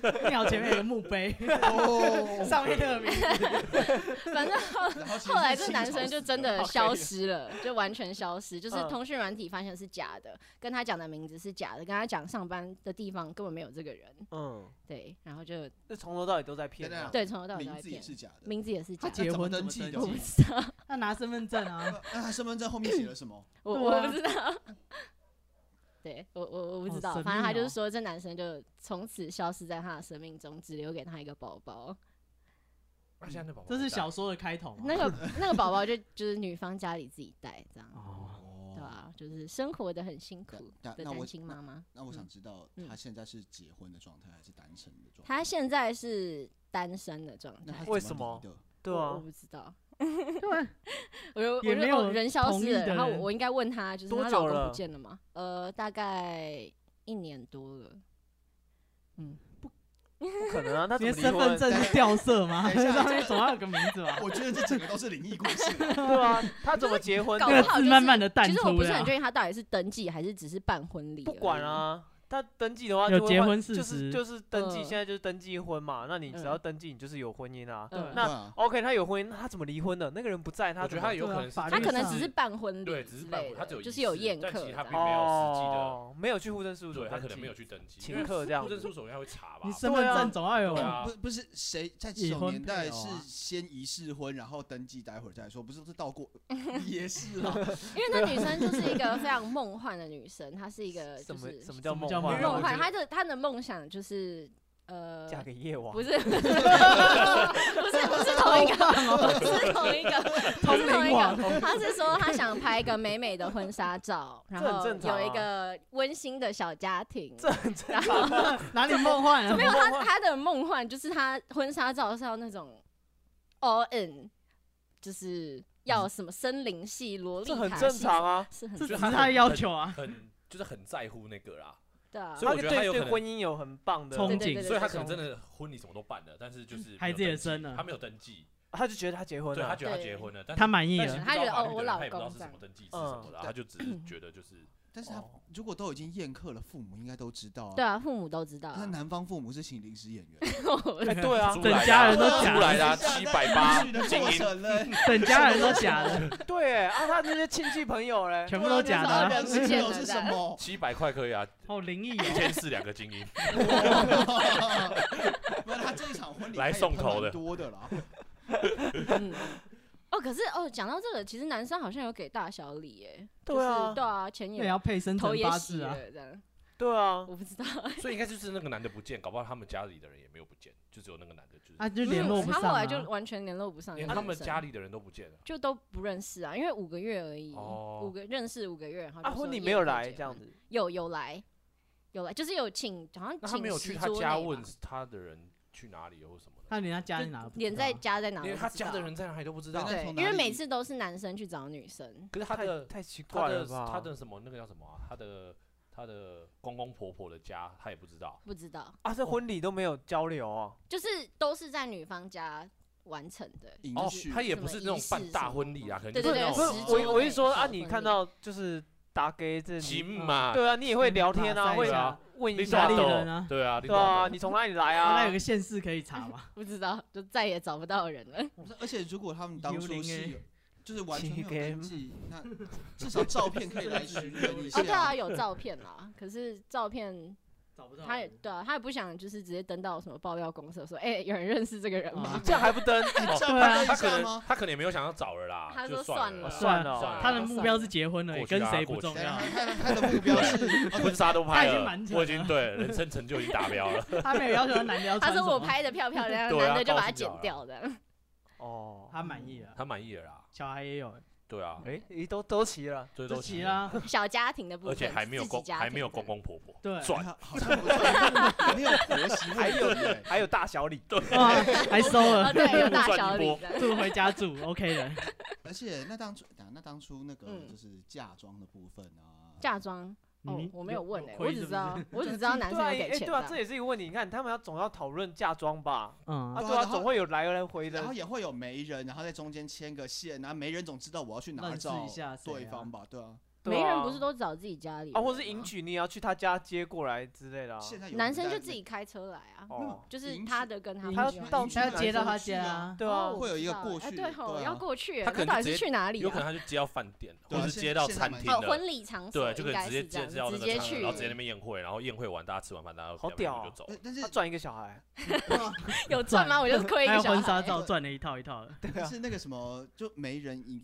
的庙前面有个墓 碑，哦。上面那个名字 反正后然后其实后来是这新男潮生就死真了的消失了，就完全消失，就是嗯通讯软体发现是假的，跟他讲的名字是假的，跟他讲上班的地方根本没有这个人， 嗯，对，然后就这从头到尾都在骗等啊等，对从头到尾都名在字也骗，是假的。名字也是他假的，结婚那怎么登怎么记登我的不记？知道，他拿身份证啊，那那他身份证后面写了什 么？我对啊我不知道。对我我我不知好道，神反正他秘就是哦说，这男生就从此消失在他的生命中，只留给他一个宝宝。那现在那宝宝这是很大小说的开头吗。啊那个那个宝宝就就是女方家里自己带这样。哦，哦对啊，就是生活的很辛那苦那的那我单亲妈妈。那我想嗯知道嗯他现在是结婚的状态还是单身的状态？她现在是单身的状那态他，为是什怎么么离的？ 对我我啊，不知道。啊 我就我也就没哦有人消同意失了，的然后人我应该问她，就是多她久老公了不见了吗？呃，大概一年多了。嗯，不可能啊，他怎你么离的身份婚？证是掉色吗？等一下上面总要有个名字吧？我觉得这整个都是灵异故 事。对啊，他怎么结婚啊搞那不的？好个字就是慢慢的淡其实我出不是很了确。定她到底是登记还是只是办婚礼。不管，啊，他登记的话有就会结换婚事就是实就是登记，嗯现在就是登记婚嘛，那你只要嗯登记，你就是有婚姻啊。对对那对啊 OK，他有婚姻，那他怎么离婚的？那个人不在，他我觉怎得么他有对啊可能是法律她可能上只是办婚礼对只之是办类婚她的只有就是仪有式宴但客其实她这并样。没有实际的哦，没有去户政事务所对登记，他可能没有去登记，因请为客这样户政事子。务所应该会查吧你？身份对啊证总要有对啊。啊不，不是谁在这已种婚年代配偶是啊先仪式婚，然后登记，待会儿再说，不是都到 过也是啊啦。因为那女 生就是一个非常梦幻的女生，她是一个什就么是什么叫什么梦叫幻？梦梦幻幻，她的她的梦想就是呃，嫁给夜王不。是， 不是，不是 同一个，不是同一个，不是同一 个。他是说他想拍一个美美的婚纱 照，然这很后正常啊有一个温馨的小家庭。这很正然常 后啊，哪里梦幻了？没有梦他幻 他的梦幻就是他婚纱照是要那种 all in，就是要什么森林系、萝莉嗯这塔很系，正常啊。 是很这只就是他很他的要求啊。很就是很在乎那个啦，对啊所以我觉得他对有可对能婚姻有很棒的，憧对憬对对对所以他对可能对真的婚礼什么都办了，但是就是没有孩子也登记生了他没有登记，他就觉得他结婚对他了，觉得他对结婚了，但是他满意但了，他觉得知道法律哦的我人老他也不知道公是这什样么登记是什么的，嗯他就只是觉得就是但是他哦如果都已经宴客了，父母应该都知道啊。对啊，父母都知道啊。那男方父母是请临时演员，哎对啊出，整来家啦人都假出来啦， 的，七百八啊去的精过英程了，整家 人都假的，对哎啊，他那些亲戚朋友嘞，全部都假的啊，良心见流是了什么？七百块可以啊，好灵 异一哦。千四两个精英，不然他这一场婚礼来他也送喷头蛮的多的啦。 嗯哦，可是哦，讲到这个，其实男生好像有给大小礼耶，就对是啊对啊，钱那也也要配生头辰也八洗字啊，了这样，对啊，我不知道，所以应该就是那个男的不见，搞不好他们家里的人也没有不见，就只有那个男的就是，啊就联络不他上后啊来。就完全联络不上那连个他女们生家里的人都不见了。就都不认识啊，因为五个月而已，哦五个认识五个月，然后啊就说婚礼耶没有可以来结这样婚，子，有有来有来，就是有请，好像那他没有去请十他桌家内问吧，他的人去哪里或什么的，他连他家里哪都不知道啊连在家在哪都连不他知家的道人在哪里都不知道。那对，从因哪为里每次都是男生去找女生，可是他太的太奇他怪了的吧？他的什么那个叫什么啊、他的他的公公婆婆的家他也不知道。不知道，啊，这婚礼都没有交流哦，就是都是在女方家完成的，迎哦娶，他也什不么是仪那种式办什大么婚礼啊，的可能对就不是是对那对不十种是桌我我内一说啊，小你婚看礼到就是打给这亲你，嘛，对啊，你也会聊天啊，嗯会对啊问一你下哪大里的，人啊？对啊，对啊，你你从哪里来他有啊个？县市可以查嘛？不知道，就再也找不到人了。不是而且如果他们当幽初灵是欸有就是完全没有请给登记，那至少照片可以来询问一哦，对啊，下。有照片啦，可是照片找不他也对啊，他也不想就是直接登到什么爆料公社说，哎、有人认识这个人吗？啊这样还不登？哎这样对啊拍一他可下能吗？他可能也没有想要找了啦，他就说算算了啦，了算了他的目标是结婚了，过去跟啊谁不过去重等一要下。他他他的目标是婚纱都他拍已经了完，成我已经对人生成就已经达标了。 他没有要求他男的要他穿什说么我，拍的漂漂亮亮，对啊男的就把它告诉剪就好了掉的。哦，他满意了，他满意了啦，小孩也有了，对啊，哎，咦都都齐了，这都都齐齐，啦。小家庭的部分，而且还没有自己公家还庭没有的公公婆婆，对，赚好像不错，你有婆媳还问有题欸。还有大小礼，哇，还收哦，了，对，有大赚一小波礼 的，住回家住，OK 的。而且那当初，等一下那当初那个嗯就是嫁妆的部分啊，嫁妆。哦你，我没有问有诶，亏我是只不知道是，我只知道男对生啊，要哎给钱对啊，的这也是一个问题。你看他们要总要讨论嫁妆吧？啊，嗯，对啊对啊，然后总会有来人回然的后。也会有媒人，然后在中间牵个线，然后媒人总知道我要去哪儿认识找一下谁对啊方吧？对啊，对媒人啊不是都找自己家里啊，人或是吗迎娶，你也要去他家接过来之类的啊。现在有男人生在就那自己开车来啊，哦，就是迎他娶的跟他迎们娶去到玩他他要接到他家啊。对啊哦，会有一个我过知道哎去对吼，对啊要过去，他那可能到底直是接去哪里啊？有可能他就接到饭店，对啊或者现接到现在餐蛮厅哦，的，婚礼场所对，就应可该能直接是这接样接到那直个接场合去，然后直接那边宴会，然后宴会完大家吃完饭，大家好表屌演完啊就走但了。但是他哦赚一个小孩，啊有赚吗？我就亏一还个有小婚纱孩。照赚了一套一套的，对但啊是那个什么，就媒人一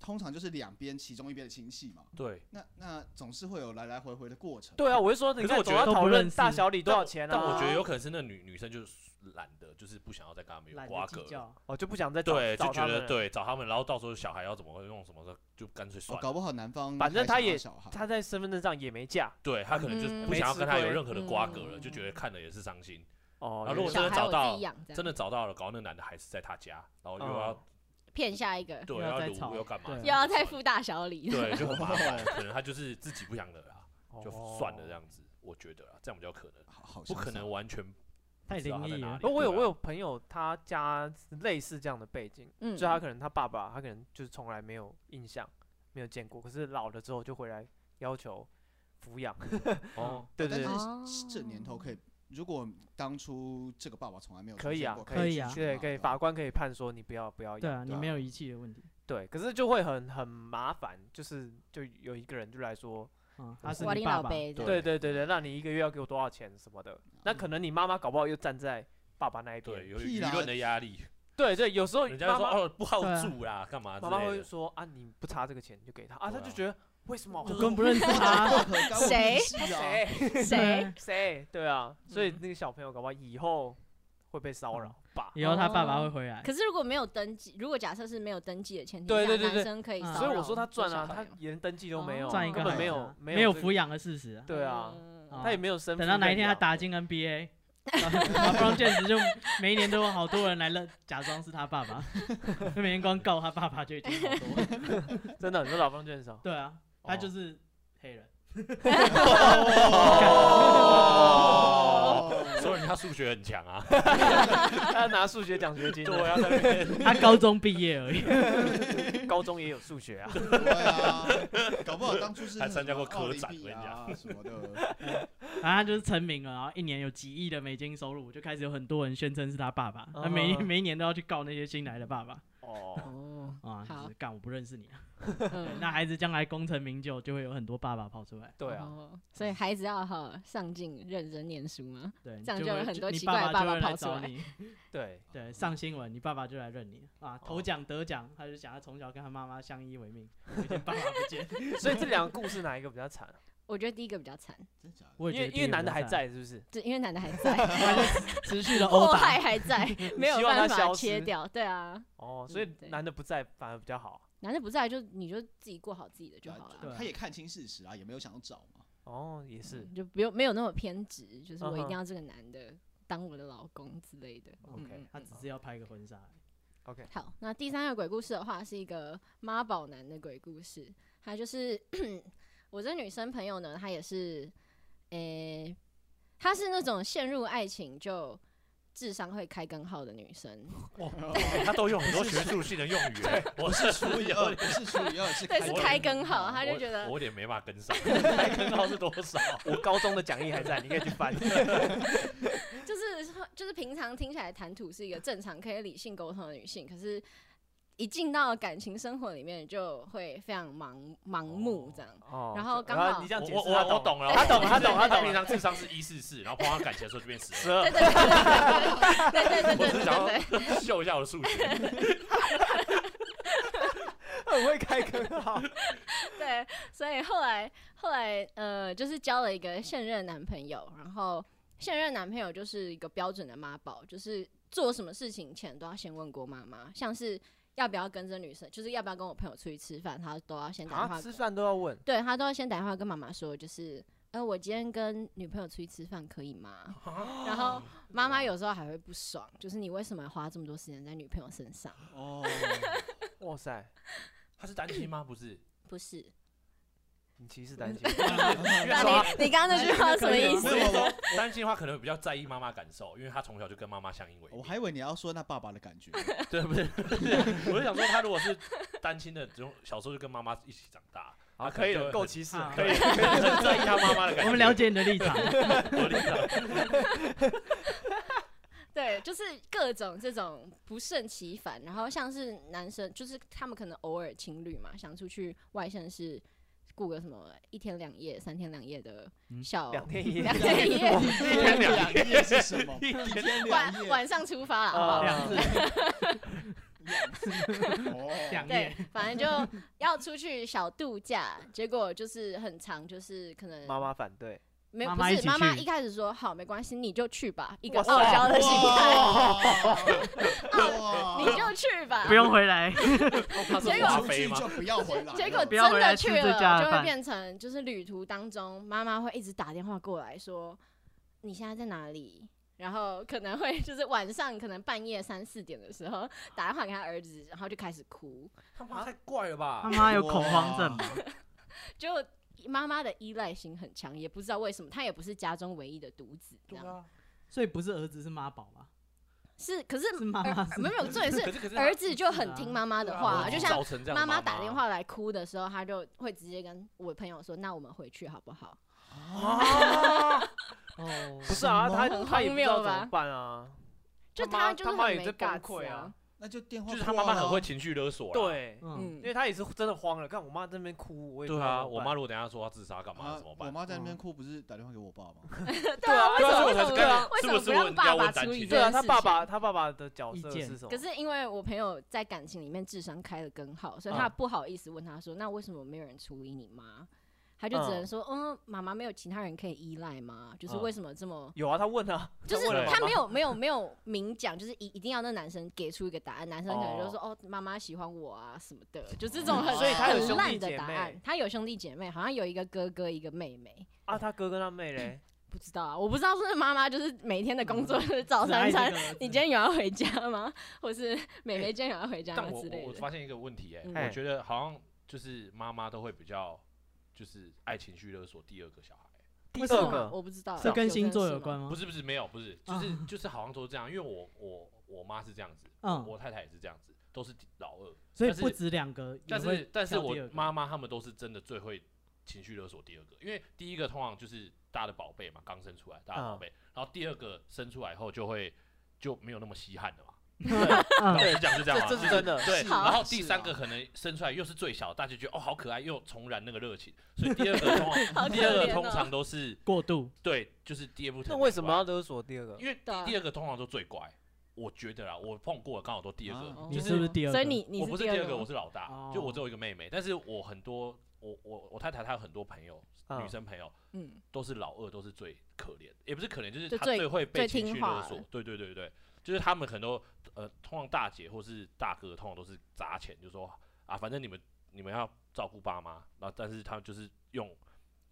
通常就是两边其中一边的亲戚嘛，对，那那总是会有来来回回的过程。对啊，我是说，你可是看我总觉要得都讨不论认识大小礼多少钱啊？但我觉得有可能是那女女生就是懒得，就是不想要再跟他们有懒瓜得葛计，较。哦就不想再找对，就找觉他得们了。对找他们，然后到时候小孩要怎么用什么的，就干脆哦，算了。搞不好男方反正还他想要也小孩，他在身份证上也没嫁对他可能就是嗯不想要跟他有任何的瓜葛嗯了，就觉得看了也是伤心。哦啊。如有果小真的孩找我到自己养，这真样的找到了，搞到那男的还是在他家，然后又哦要骗下一个，对又要要再撸吵又干嘛，对又又要再付大小礼。对，就很麻烦。可能他就是自己不想惹啦，嗯就哦算了这样。样子，我觉得啊，这样比较可能，好好不像可是啊能完全太灵异了哦我有对啊我有朋友，他家是类似这样的背景，嗯所以他可能他爸爸他可能就是从来没有印象，没有见过，可是老了之后就回来要求抚养。 哦，对对但对哦是这年头可以，如果当初这个爸爸从来没有可以啊出现过可以啊拒绝对，嘛可以，吧法官可以判说你不要不要养。对啊，你啊没有遗弃的问题。对，可是就会很很麻烦，就是就有一个人就来说，嗯，他是我你领爸老爸。辈这样，对对对对，那你一个月要给我多少钱什么的，啊那可能你妈妈搞不好又站在爸爸那一嗯对，边。有屁舆啦论的压力，对对，有时候人家妈说妈哦不好对啊住啦，干嘛之妈妈类会的。说啊，你不差这个钱你就给他啊，他对就啊觉得为什么我根本 不认啊识他，谁啊谁？ 谁 谁？谁对啊，所以那个小朋友搞不好以后会被骚扰吧。以后他爸哦爸会回来。可是如果没有登记，如果假设是没有登记的前提对下，对对对男生可以嗯骚所扰以这我小说朋他友。赚啊，他连登记都没有，啊哦赚一个根本孩没子有啊没有有这抚养的事实啊。对啊， 嗯啊他也没有身份。 等到哪一天他打进 NBA，啊不然这样子就每一年都有好多人来了，假装是他爸爸，就每天光告他爸爸就已经 好多了。真的，你说老方卷 手，对啊，哦他就是 黑人。哦，所以他数学很强啊。他拿数学奖学金的，对 啊，在那边他高中毕业而已。哦高中也有数学啊。对啊，搞不好当初是还参加过科什么展奥林匹亚我啊什么的，然后他就是成名了，然后一年有几亿的美金收入，就开始有很多人宣称是他爸爸。他每一哦每一年都要去告那些新来的爸爸 哦， 哦，啊，就好是干我不认识你啊。嗯那孩子将来功成名就，就会有很多爸爸跑出来。对啊，哦所以孩子要好好上进，认真念书吗？对，这样你就会有很多你奇怪的爸爸就爸会来跑出找来你。对，对，上新闻，你爸爸就来认你啊！头哦奖得奖，他就想他从小跟他妈妈相依为命，有一天爸爸不见，所以这两个故事哪一个比较惨？我觉得第一个比较惨，真假的？我也因觉为因得为第一个男的比较还惨，在，是不是？这因为奶奶还 在，持续的祸殴打害，还在，没有希望他办消法失切掉。对啊，哦，所以嗯对男的不在反而比较好。男的不在就你就自己过好自己的就对啊好了。对啊他也看清事实啊，也没有想要找嘛。哦，也是嗯就不用没有那么偏执，就是我一嗯哼定要这个男的当我的老公之类的。嗯 OK 嗯他嗯只是要拍个婚纱而已。 OK。好，那第三个鬼故事的话是一个妈宝男的鬼故事，他就是 我这女生朋友呢，她也是，诶、她是那种陷入爱情就智商会开根号的女生， 他都用很多学术性的用语。我是除除以以二二，，不是除以二，是对，开是我开根号，她我就觉得我有点没办 法跟上， 开根号是多少？我高中的讲义还在，你可以去翻。就是就是平常听起来谈吐是一个正常可以理性沟通的女性，可是，一进到感情生活里面就会非常盲盲目这样。 哦然后刚好你这样解我释， 我我懂了，他哦懂了，他懂了，他他懂平了。常智商是一四四，然后碰到感情的时候就变十十二对对对对对对对对对对对我只是想要对二，秀一下我的 数学。很会开根号。对，所以后来后来呃，就是交了一个现任男朋友，然后现任男朋友就是一个标准的妈宝，就是做什么事情前都要先问过妈妈，像是要不要跟这女生，就是要不要跟我朋友出去吃饭，他都要先打电 话啊，吃饭都要问，对他都要先打电话跟妈妈说，就是呃，我今天跟女朋友出去吃饭可以吗？然后妈妈有时候还会不爽，就是你为什么要花这么多时间在女朋友身上？哦，哇塞，他是单亲吗？不是，不是，你歧视单亲，啊因为那啊他你你刚刚那句话什么意没思？有没有没有单亲的话可能比较在意妈妈感受，因为他从小就跟妈妈相依为我命。还以为你要说那爸爸的感觉， 对不对？我就想说，他如果是单亲的，这种小时候就跟妈妈一起长大，好，啊可以了，对够歧视了，啊可以了。很在意他妈妈的感觉。我们了解你的立场，我理解，对，就是各种这种不胜其烦。然后像是男生，就是他们可能偶尔情侣嘛，想出去外县市雇个什么一天两夜、三天两夜的嗯小、两天一夜两天 一夜，一天两夜是什么？一天两晚夜，晚上出发啦，好不好？啊两次哦，两对夜，，反正就要出去小度假，结果就是很长，就是可能妈妈反对，没有妈不妈一是起妈妈去一开始说好没关系，你就去吧，一个哇塞傲娇的心态，哇 你就去吧，不用回来，他是结华果出妃去吗？就不要回来了。结果不要真回来的吃去这家了，的就会饭变成就是旅途当中，妈妈会一直打电话过来说你现在在哪里，然后可能会就是晚上可能半夜三四点的时候打电话给他儿子，然后就开始哭，他妈太怪了他吧！妈有恐慌症吧？就妈妈的依赖性很强，也不知道为什么，她也不是家中唯一的独子，这对样、啊，所以不是儿子是妈宝吧？是可是是妈妈儿是啊没有没有，重点可是是可是儿子就很听妈妈他的对啊话、我就怎么像造成这样妈的妈妈打电，话来哭的时候，他就会直接跟我朋友说：“那我们回去好不好嗯哦，啊不是啊，什么他很他也荒不知道谬怎么吧办啊，？”就他妈就是他很妈也没在崩 guts 溃啊啊，那就电话就是他妈妈很挂会了啊情绪勒索啦。啊对，嗯，因为他也是真的慌了，看我妈在那边哭，我也不对知道啊，怎么我办妈如果等一下说她自杀干嘛啊怎么。我办？嗯妈在那边哭，不是打电话给我爸吗？对啊，为对什啊么所为以我什才么对啊为什么是不是让问爸要爸问单处理亲这对件啊，事他情？爸爸他爸爸的角意色见是什么？可是因为我朋友在感情里面智商开了根号，所以嗯他啊不好意思问他说：“那为什么没有人处理你妈？”他就只能嗯说：“嗯，妈妈没有其他人可以依赖吗？就是嗯为什么这么有啊，他问啊，就是问了妈他妈没有没有没有明讲，就是一一定要那男生给出一个答案，男生可能就哦说哦妈妈喜欢我啊什么的，就这种很所以他有很兄弟烂姐的答妹案。他有兄弟姐妹，好像有一个哥哥一个妹妹， 啊，他哥跟他妹嘞，不知道啊，我不知道是妈妈就是每天的工嗯作就是早啊只爱三这餐，个儿子你今天有要回家吗？ 或是妹妹今天有要回家哎但吗我之我类我的？发现一个问题、嗯哎，我觉得好像就是妈妈都会比较就是爱情绪勒索第二个小孩。第为二什么个我不知道，这跟星座有有关吗不？是不是没有不是，就是、就是好像都是这样，因为我我我妈是这样子，嗯我太太也是这样子，都是老二，所以但是不止两个，但也会是但是跳我第二个妈妈他们都是真的最会情绪勒索第二个，因为第一个通常就是大的宝贝嘛，刚生出来大的宝嗯贝，然后第二个生出来后就会就没有那么稀罕了嘛，嗯老实 讲是这样嘛，这这是真 的对，是啊然后是第啊三个可能生出来又是最小，大家觉得哦好可爱，又重燃那个热情，所以第二 个通好常可第二个怜通哦常都是 过度，对，就是爹不疼那娘为什不么爱要勒索第二个？因为对啊第第二个通常都最乖，我觉得啦，我碰过的刚好都第二个，哦你就是不是第二个？所以你你我不是第第二二个，吗嗯我是老大，就我只有一个妹妹，但是我很多我我我太太她有很多朋友，嗯女生朋友嗯，都是老二，都是最可怜，也不是可怜，就是就她最最会被最情听绪话勒索了，对对对对，就是他们很多呃，通常大姐或是大哥通常都是砸钱，就说啊，反正你们你们要照顾爸妈，然后但是他们就是用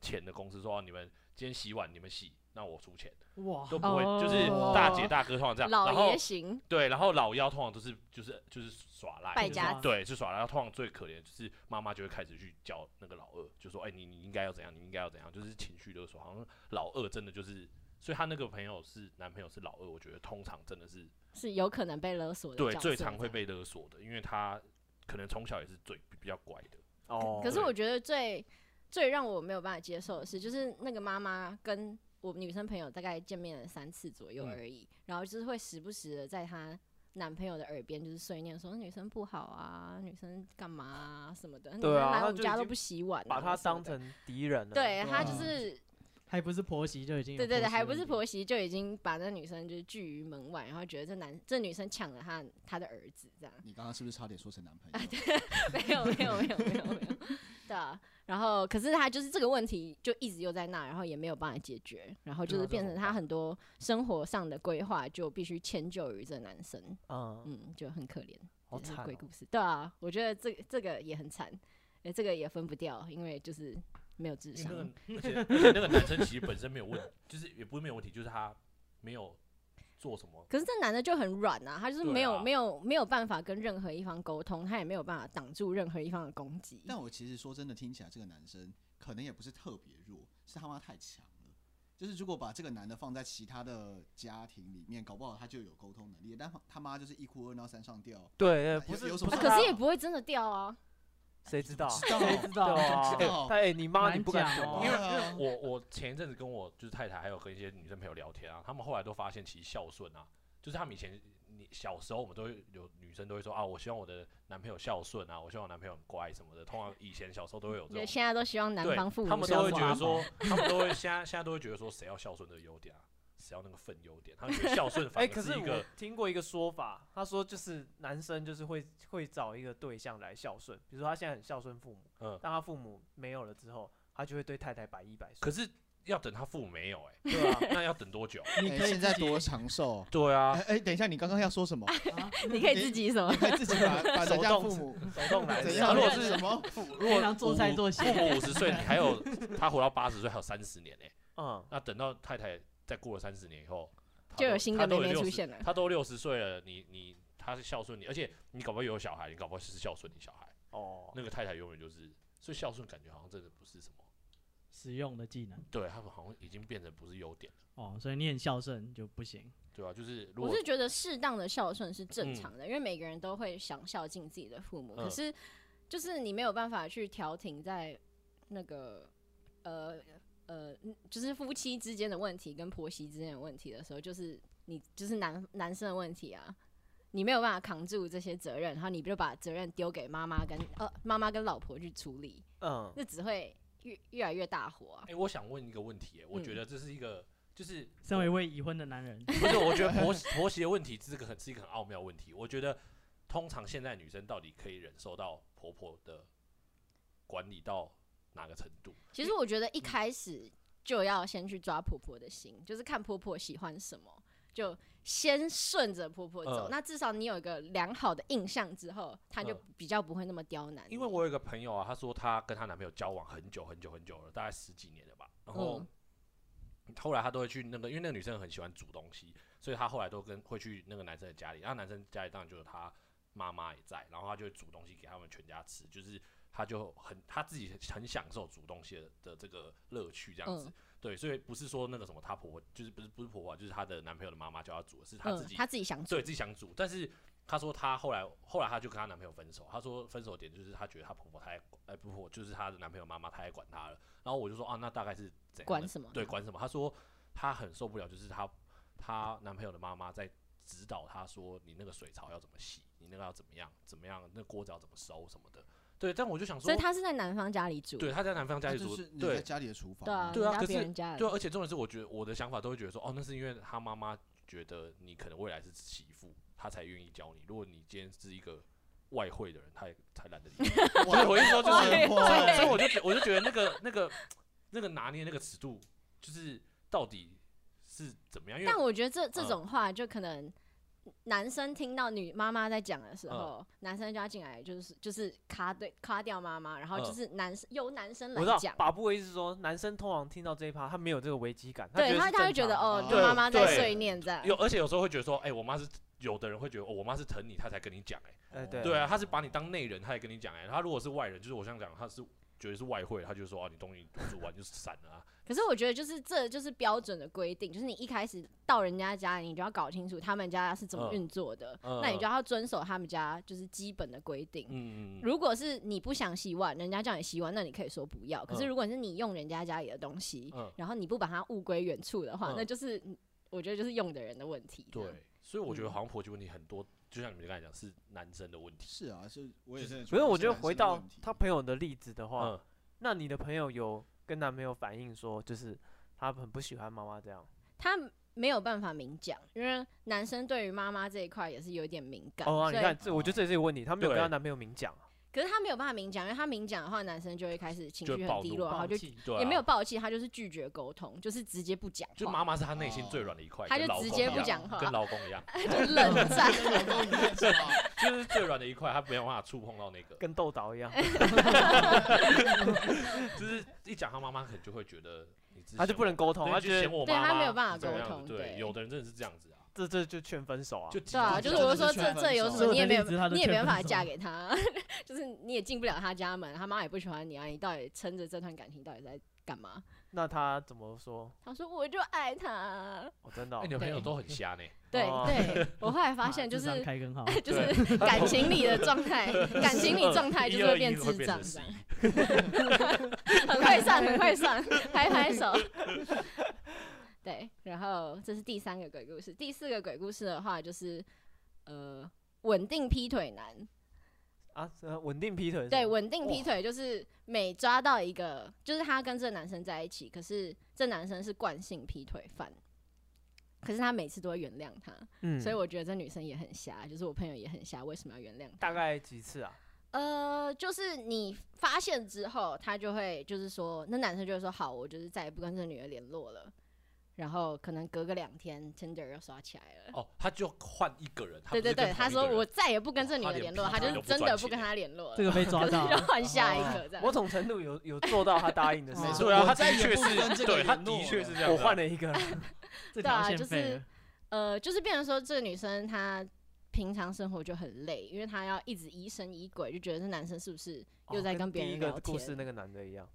钱的公司说、啊、你们今天洗碗你们洗，那我出钱。哇，都不会，就是哦大姐大哥通常这样，然老后爷型，对，然后老幺通常都是就是就是耍赖，败就是家子对，就耍赖。然后通常最可怜的就是妈妈就会开始去教那个老二，就说哎、你你应该要怎样，你应该要怎样，就是情绪勒索。好像老二真的就是，所以她那个朋友是男朋友是老二，我觉得通常真的是是有可能被勒索的对角最色常会这被样勒索的，因为他可能从小也是最比较乖的。哦，可是对我觉得最最让我没有办法接受的是，就是那个妈妈跟我女生朋友大概见面了三次左右嗯而已，然后就是会时不时的在她男朋友的耳边就是碎念说女生不好啊，女生干嘛啊什么的，女生对啊来那我们就家已都经不洗碗啊，把她什么当的。成敌人了。对对她啊就是，还不是婆媳就已经有对对对，媳还不是问题婆媳就已经把那女生就是拒于门外，然后觉得这男这女生抢了她她的儿子这样。 你刚刚是不是差点说成男朋友？没有没有没有没有没有，对啊。然后，可是他就是这个问题就一直又在那，然后也没有办法解决，然后就对啊是这变怎成么他办很多生活上的规划就必须迁就于这男生，嗯，嗯，就很可怜，好这是惨鬼故哦。事。对啊，我觉得这这个也很惨，哎，这个也分不掉，因为就是没有智因商，为那个，而且而且那个男生其实本身没有问，就是也不是没有问题，就是他没有做什么可是这男的就很软啊，他就是对没有、啊没有没有办法跟任何一方沟通，他也没有办法挡住任何一方的攻击。但我其实说真的，听起来这个男生可能也不是特别弱，是他妈太强了。就是如果把这个男的放在其他的家庭里面，搞不好他就有沟通能力，但他妈就是一哭二闹三上吊。对对，有不是，有不什么啊事可她是也不会真的掉啊，谁知道啊？知道谁 知道对啊？啊，知道哎哎，你妈难你不敢讲懂哦啊，因为我我前一阵子跟我就是太太还有跟一些女生朋友聊天啊，他们后来都发现其实孝顺啊，就是他们以前你小时候我们都会有女生都会说啊，我希望我的男朋友孝顺啊，我希望我男朋友很乖什么的。通常以前小时候都会有这对，种，现在都希望男对方父母他们都会孝觉顺啊得说，他们都会现在现在都会觉得说谁要孝顺的优点啊，谁要那个份优点，他们觉得孝顺反哎，而可是是一个我听过一个说法，他说就是男生就是会会找一个对象来孝顺，比如说他现在很孝顺父母，嗯，当他父母没有了之后，他就会对太太百依百顺。可是要等他父母没有 哎、对啊，那要等多久？ 你哎可以现在自己多长寿？对啊 哎，哎，等一下，你刚刚要 说什么？啊你可以自己什么你？可以自己把把人家父母手动来怎的。样？啊如果是什么？父如平果常做菜做父咸，母五十岁，你还有他活到八十岁，还有三十年哎、嗯，那等到太太再过了三十年以后，她就有都新她的妹都妹有出60现了。她都六十岁了，你你她是孝顺你，而且你搞不好有小孩，你搞不好是孝顺你小孩，哦，那个太太永远就是，所以孝顺感觉好像真的不是什么，实用的技能对他们好像已经变成不是优点了，哦，所以你很孝顺就不行。对吧、就是如我果是觉得适当的孝顺是正常的，因为每个人都会想孝敬自己的父母，嗯可是就是你没有办法去调停在那个呃呃，嗯就是夫妻之间的问题跟婆媳之间的问题的时候，就是你就是男男生的问题啊。你没有办法扛住这些责任，然后你就把责任丢给妈妈跟呃妈妈跟老婆去处理，嗯，那只会越越来越大火啊哎、。我想问一个问题、哎，我觉嗯得这是一个就是身为一位已婚的男人，不是，我觉得婆媳 婆媳的问题是个很是一个很奥妙的问题。我觉得通常现在女生到底可以忍受到婆婆的管理到哪个程度？其实我觉得嗯一开始就要先去抓婆婆的心，就是看婆婆喜欢什么，就先顺着婆婆走。嗯那至少你有一个良好的印象之后，她就嗯比较不会那么刁难你。因为我有一个朋友啊，她说她跟她男朋友交往很久很久很久了，大概十几年了吧。然后嗯后来他都会去那个，因为那个女生很喜欢煮东西，所以他后来都跟会去那个男生的家里，然后男生家里当然就有他妈妈也在，然后他就会煮东西给他们全家吃，就是他就很他自己很享受煮东西的的这个乐趣这样子。嗯对，所以不是说那个什么她婆婆，就是不是不是婆婆啊，就是她的男朋友的妈妈叫她煮的，是她自嗯，己他自己想煮对自己想煮，但是她说她后来后来她就跟她男朋友分手，她说分手的点就是她觉得她婆婆太哎不婆婆就是她的男朋友妈妈太管她了，然后我就说啊那大概是怎样管的什么呢？对管什么？她说她很受不了，就是她她男朋友的妈妈在指导她说你那个水槽要怎么洗，你那个要怎么样怎么样，那锅子要怎么收什么的。对，但我就想说所以，他是在男方家里煮，对她在男方家里那就煮是，你在对家里的厨房对啊，对啊你可到别是人家里对啊，而且重点是，我觉得我的想法都会觉得说，哦，那是因为他妈妈觉得你可能未来是媳妇，他才愿意教你。如果你今天是一个外汇的人，他也才懒得理你。所以我一说就是，所以外汇所以我就觉我就觉得那个那个那个拿捏那个尺度，就是到底是怎么样？因为但我觉得这这嗯种话就可能男生听到女妈妈在讲的时嗯候，男生就要进来，就是就是卡对卡掉妈妈，然后就嗯是男生由男生我知道来讲，把布的意思是说，男生通常听到这一趴，他没有这个危机感，对觉得他是他会正觉得常的哦，的你妈妈在啊对碎念这样，有，而且有时候会觉得说，哎、我妈是有的人会觉得，哦，我妈是疼你，她才跟你讲、哎。哎对对啊，他是把你当内人，他也跟你讲哎、他如果是外人，就是我想讲，他是觉得是外汇，他就说啊，你东西煮完就散了啊。可是我觉得就是这就是标准的规定，就是你一开始到人家家里，你就要搞清楚他们家是怎么嗯运作的，嗯那你就要遵守他们家就是基本的规定。嗯，嗯嗯如果是你不想洗碗，人家叫你洗碗，那你可以说不要。可是嗯如果是你用人家家里的东西，嗯然后你不把它物归原处的话，嗯那就是我觉得就是用的人的问题。对，所以我觉得嗯好像婆媳问题很多，就像你们刚才讲，是男生的问题。是啊，是我也是。可是我觉得回到他朋友的例子的话，嗯，那你的朋友有跟男朋友反映说，就是他很不喜欢妈妈这样？他没有办法明讲，因为男生对于妈妈这一块也是有点敏感，哦，啊所你以看这，我觉得这也是一个问题，他没有跟对她男朋友明讲啊。可是他没有办法明讲，因为他明讲的话，男生就会开始情就绪暴很低怒落，然后好就气，对、啊，也没有，暴气，他就是拒绝沟通，就是直接不讲就话，妈妈是他内心最软的一块，他跟就老直公接一不样讲话，跟老公一样，就冷战。 啊就是最软的一块，他没有办法触碰到那个，跟豆导一 样，就是一讲他妈妈，可能就会觉得你只是他就嫌不能我沟通，对他就觉嫌得我对妈他妈没有办法是这沟样子通对，对有的人真的是这样子啊，这这就劝分手啊。就对啊，极就度是我就说这这就是这有分什手么你也没有这个例子他，就你也没劝办法分手嫁给他， 就是你也进不了他家门，他妈也不喜欢你啊，你到底撑着这段感情到底在干嘛？那他怎么说？他说我就爱他，我真的哦哎，你的朋友对都很瞎呢，对哦对，我后来发妈现就啊 智商是开根 号，就对是感情里的状态，感情里状态就是会变变智障，成这样11很会上很会上，拍拍手。 对，然后这是第三个鬼故事，第四个鬼故事的话就是呃稳定劈腿男。啊，呃稳定劈腿是对，吗，稳定劈哇腿就是每抓到一个，就是她跟这男生在一起，可是这男生是惯性劈腿犯，可是她每次都会原谅他，嗯所以我觉得这女生也很瞎，就是我朋友也很瞎，为什么要原谅她？大概几次啊？呃，就是你发现之后，他就会就是说，那男生就会说好，我就是再也不跟这女的联络了，然后可能隔个两天，Tinder 又刷起来了。哦，他就换一个人，他对不对是对，跟同他一个说人我再也不跟哇这女他的连联络，劈他腿就都是不真赚的不钱跟欸他联络了，这个被抓可是到就了，换下一哦个这样。某种程度有有做到他答 应的哦事哇情，对啊，我他再的也确不跟是，这个对，人他弄的了确是这样。啊我换，了一个，这对啊条线就是废了，呃，就是变成说这个女生她平常生活就很累，因为她要一直疑神疑鬼，就觉得这男生是不是 又哦在跟跟别 第人一聊个天。故事那个男的一 样，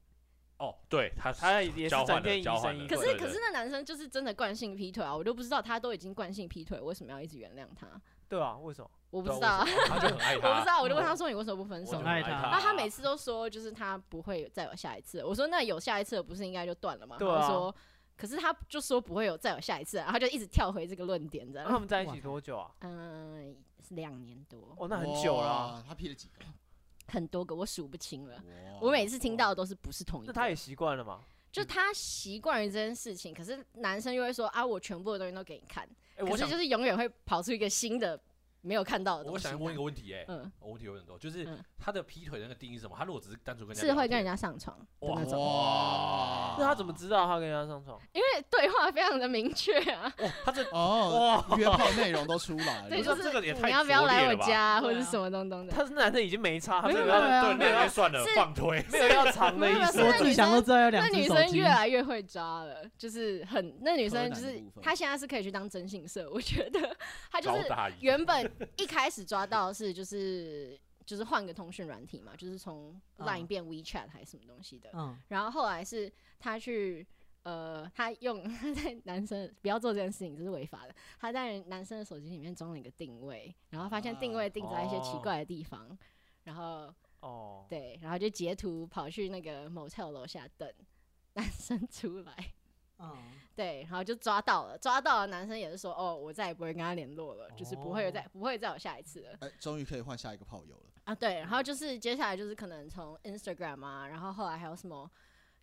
哦，对，他他也是交整换天了，疑交神换疑了。可对是对可是对那男生就是真的惯性劈腿啊，我就不知道他都已经惯性劈腿，为什么要一直原谅他？对吧？为 什么？我不对知道啊，我他就很爱他，我不知道，我就问他说你为什么不分我手很很？爱爱他那他每次都说就是他不会再有下一次了，我说那有下一次了不是应该就断了吗？对啊他就说，可是他就说不会有再有下一次啊，然后他就一直跳回这个论点，这那他样，们在一起多久啊？嗯，是两年多， 哦，那很久了啊。他劈了几个？很多个我数不清了。哇我每次听到的都是不是同一那个，他也习惯了嘛？就他习惯于这件事情，可是男生又会说啊，我全部的东西都给你看，哎，可我是想就是永远会跑出一个新的没有看到的东我西。想问一个问题，哎，嗯，我问题有很多，就是嗯他的劈腿的那个定义是什么？他如果只是单纯跟人家是会跟人家家上床的哇那种，哇那他怎么知道他跟人家上床？因为且对话非常的明确啊，哦，他这哦，约炮内容都出来对，了。就这是这个也太你要不要拙来我劣了吧家啊对啊或者什么东东的。他是男的已经没差，他没没有有没有没要有对，没有那要也算了是，放推。没有要藏的没有意没有思是。罗那志女祥生都摘了两那只女手生机越，来越会抓了，就是很那女柯南生就的是部分她现在是可以去当征信社，我觉得她就高是大一，原本一开始抓到的是就是就是换个通讯软体嘛，就是从啊 Line 变 WeChat 还是什么东西的，嗯，然后后来是她去。呃，她用 她在男生不要做这件事情，这是违法的。她在男生的手机里面装了一个定位，然后发现定啊位定在一些奇哦怪的地方，然后哦，对，然后就截图跑去那个 motel 楼下等 男生出来，嗯，对，然后就抓到了，抓到了男生也是说，哦，我再也不会跟他联络了，就是不会有再不会再有下一次了哎，终于可以换下一个炮友了。啊，对，然后就是接下来就是可能从 Instagram 啊，然后后来还有什么，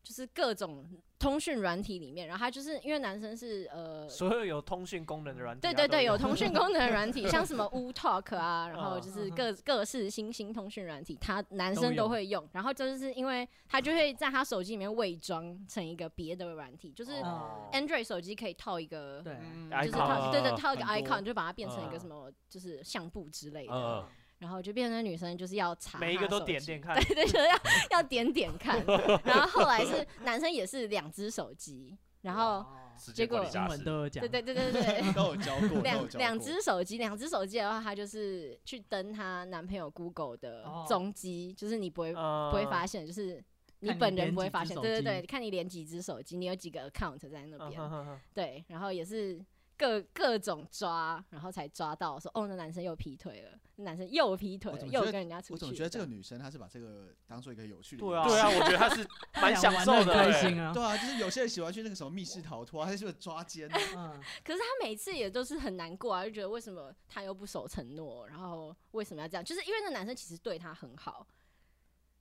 就是各种通讯软体里面，然后他就是因为男生是呃。所有有通讯功能的软体，对他对都对，有通讯功能的软体，像什么 U Talk 啊，然后嗯就是嗯嗯各各式新兴通讯软体，他男都生有都会用。然后就是因为他就会在他手机里面伪装成一个别的软体，就是哦 Android 手机可以套一个，对，嗯就哎是 icon 套对对啊套一个很多 icon，就把它变成一个嗯什么就是相簿之类的，嗯，然后就变成女生就是要查每一他个都手点机点看，对，就是要要点点看。然后后来是男生也是两只手机，然后嗯时结间管果理新大闻师都有讲，对对对对对。都有教过，都两有教过两只手机，两只手机的话，她就是去登她男朋友 Google 的哦踪迹，就是你不会、呃，不会发现，就是你看你本连人不几会发只现，手对对对，机看你连几只手机，你有几个 account 在那嗯边，哼哼哼对，然后也是各各种抓，然后才抓到说，哦，那男生又劈腿了，那男生又劈腿我了，怎么又觉得跟人家出去我了，总觉得这个女生她是把这个当做一个有趣的对游啊戏对啊，我觉得他是他俩蛮享玩受得很的开欸心啊，对啊，就是有些人喜欢去那个什么密室逃脱啊，还是会抓奸啊，嗯，可是他每次也都是很难过啊，就觉得为什么他又不守承诺，然后为什么要这样？就是因为那男生其实对他很好，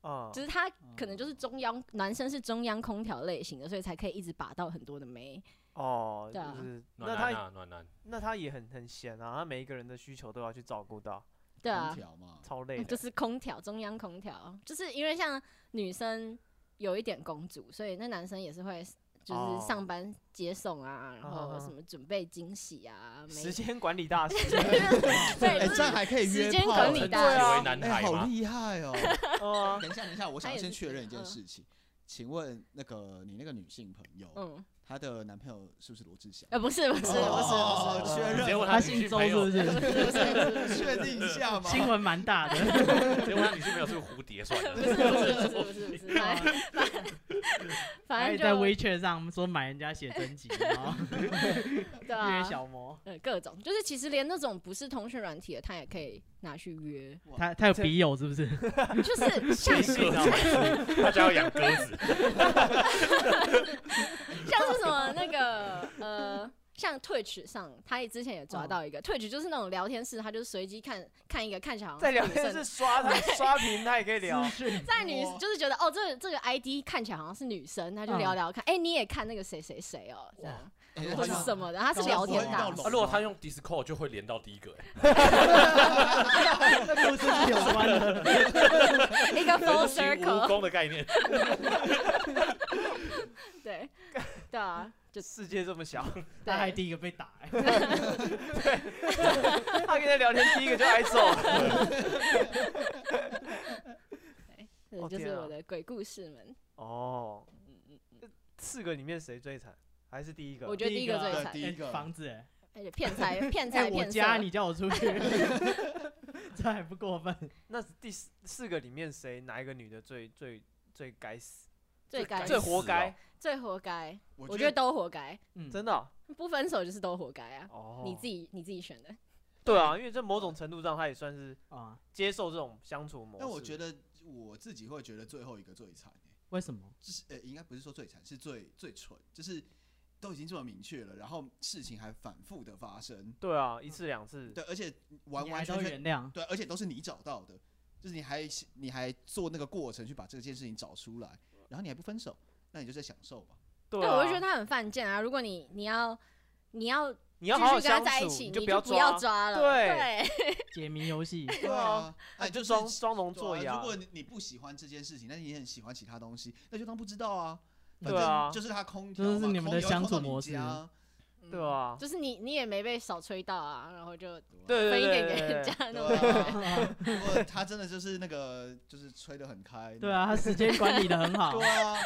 嗯，只是他可能就是中央男生是中央空调类型的，所以才可以一直把到很多的妹。哦，对啊就是那暖他男啊，暖男，那他也很很闲啊，他每一个人的需求都要去照顾到，对空啊，调嘛，超累嗯就的。是空调中央空调，就是因为像女生有一点公主，所以那男生也是会就是哦上班接送啊，然后嗯嗯嗯什么准备惊喜啊，没时间管理大师，对，哎，就这样是还可以时约间炮管哎理称大自师对己啊为男哎，孩好吗？厉害哦！嗯嗯啊等一下，等一下，我想她要也先是确认一这件样事 情，请问那个你那个女性朋友，嗯，她的男朋友 是不是罗志祥？呃，不是不是不是哦不确认直接问他他女姓性周朋是不友，是？是不是不是。确定一下嘛。新闻蛮 大的，直接问他女性朋友是不是蝴蝶算不了。是不是不是不是不是，反正还反在正 WeChat 上说买人家写真集，然后就 对约啊，小魔，呃，各种就是其实连那种不是通讯软体的，他也可以拿去约，他他有笔友是不是？就是像鸽像子，他家要养鸽子，是什么那个呃。像 Twitch 上，他也之前也抓到一个、Twitch，就是那种聊天室，他就是随机看看一个看起来好像在聊女天室生刷的刷屏，他也可以聊资。讯在女哇就是觉得哦，这个这个 ID 看起来好像是女生，他就嗯聊聊看，哎、你也看那个谁谁谁哦，这样哎那或是这样什么的，他是搞聊不天会大到师楼啊，如果他用 Discord 就会连到第一个，哎，那跟自己有关的，一个 full 行蜈啊 circle，蚣的概念， 对对啊，就世界这么小，对他还第一个被打，哎他跟他聊天第一个就挨揍。 对哦就天是啊我的鬼故事们。嗯哦，四个里面谁最惨？还是第一个？我觉得第第一一个个最对惨第，一哎个房子，哎而且骗财、骗哎财、我骗色。家你叫我出 去， 这还不过分？那第四四个里面谁哪一个女的最最最该死？最该哦最最活该？最活该，我我觉觉得都活该，嗯，真的哦？不分手就是都活该啊！哦你自己你自己选的，对啊，因为这某种程度上，他也算是啊？接受这种相处模式。但我觉得我自己会觉得最后一个最惨、欸，为什么？就是呃，应该不是说最惨，是最最蠢，就是都已经这么明确了，然后事情还反复的发生，对啊，一次两次，对，而且完你完还全都全原谅，对，而且都是你找到的，就是你还你还做那个过程去把这件事情找出来，然后你还不分手，那你就在享受吧。对对，啊，我就觉得他很犯贱啊！如果你你要你要继你要续好好跟他相在一处，起，你就就要不要抓，抓了，对对，解谜游戏， 对啊，那哎，你就就是装装聋对作啊哑如。果你你不喜欢这件事情，但是你很喜欢其他东西，那就当不知道啊。反对啊正就是他空调嘛，这就是你们的空调相处空到你模式家嗯对啊，就是你你也没被小吹到啊，然后就对对分一点对给对人对家 对，那对种啊感觉。如果他真的就是那个，就是吹得很开。对啊，他时间管理的很好， 对对啊，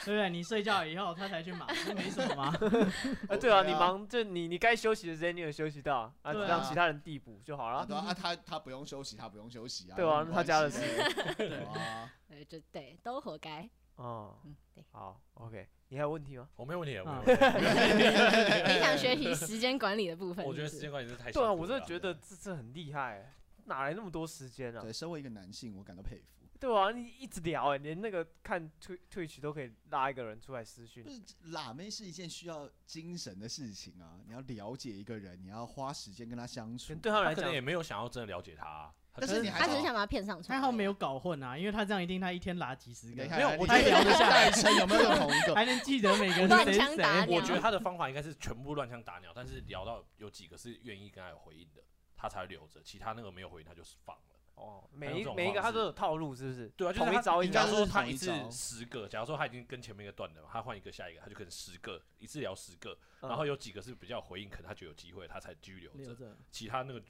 不对？你睡觉以后他才去忙，这没什么嘛。呃对 啊，对啊你忙就你你该休息的时间你有休息到啊，对啊让其他人递补就好啊了。对啊，啊他他不用休息，他不用休息啊。对啊没那他家的关系啊对啊， 对，呃就对，都活该。哦，嗯，对。好，OK，你还有问题吗？我没有问题，我没有啊问题。你想学习时间管理的部分？我觉得是时间不是管理真的太对啊，辛苦我真的了觉得这这很厉害欸，哪来那么多时间啊？对，身为一个男性，我感到佩服。对啊，你一直聊哎，连那个看退退取都可以拉一个人出来私讯不。是辣妹是一件需要精神的事情啊！你要了解一个人，你要花时间跟他相处可嗯能。对他们他来可讲能，也没有想要真的了解他啊，他但只是你还他只好是想把他骗上床而已。还好没有搞混啊，因为他这样一定他一天拉几十等个一，下没有来我你这聊个得下来代称有没有同一 个？还能记得每个人乱谁枪是谁。打鸟我觉得他的方法应该是全部乱枪打鸟，但是聊到有几个是愿意跟他有回应的，他才留着，其他那个没有回应他就是放了。哦，还有每一这种每一个方他式都有套路，是不是？对啊，就是同一他招一应假该招如是。说他同一一次招十个，假如说他已经跟前面一个断了嘛，他换一个下一个，他就可能十个一次聊十个，嗯然后有几个是比较有回应，可能他觉得有机会，他才继续留留着。着，其他那个，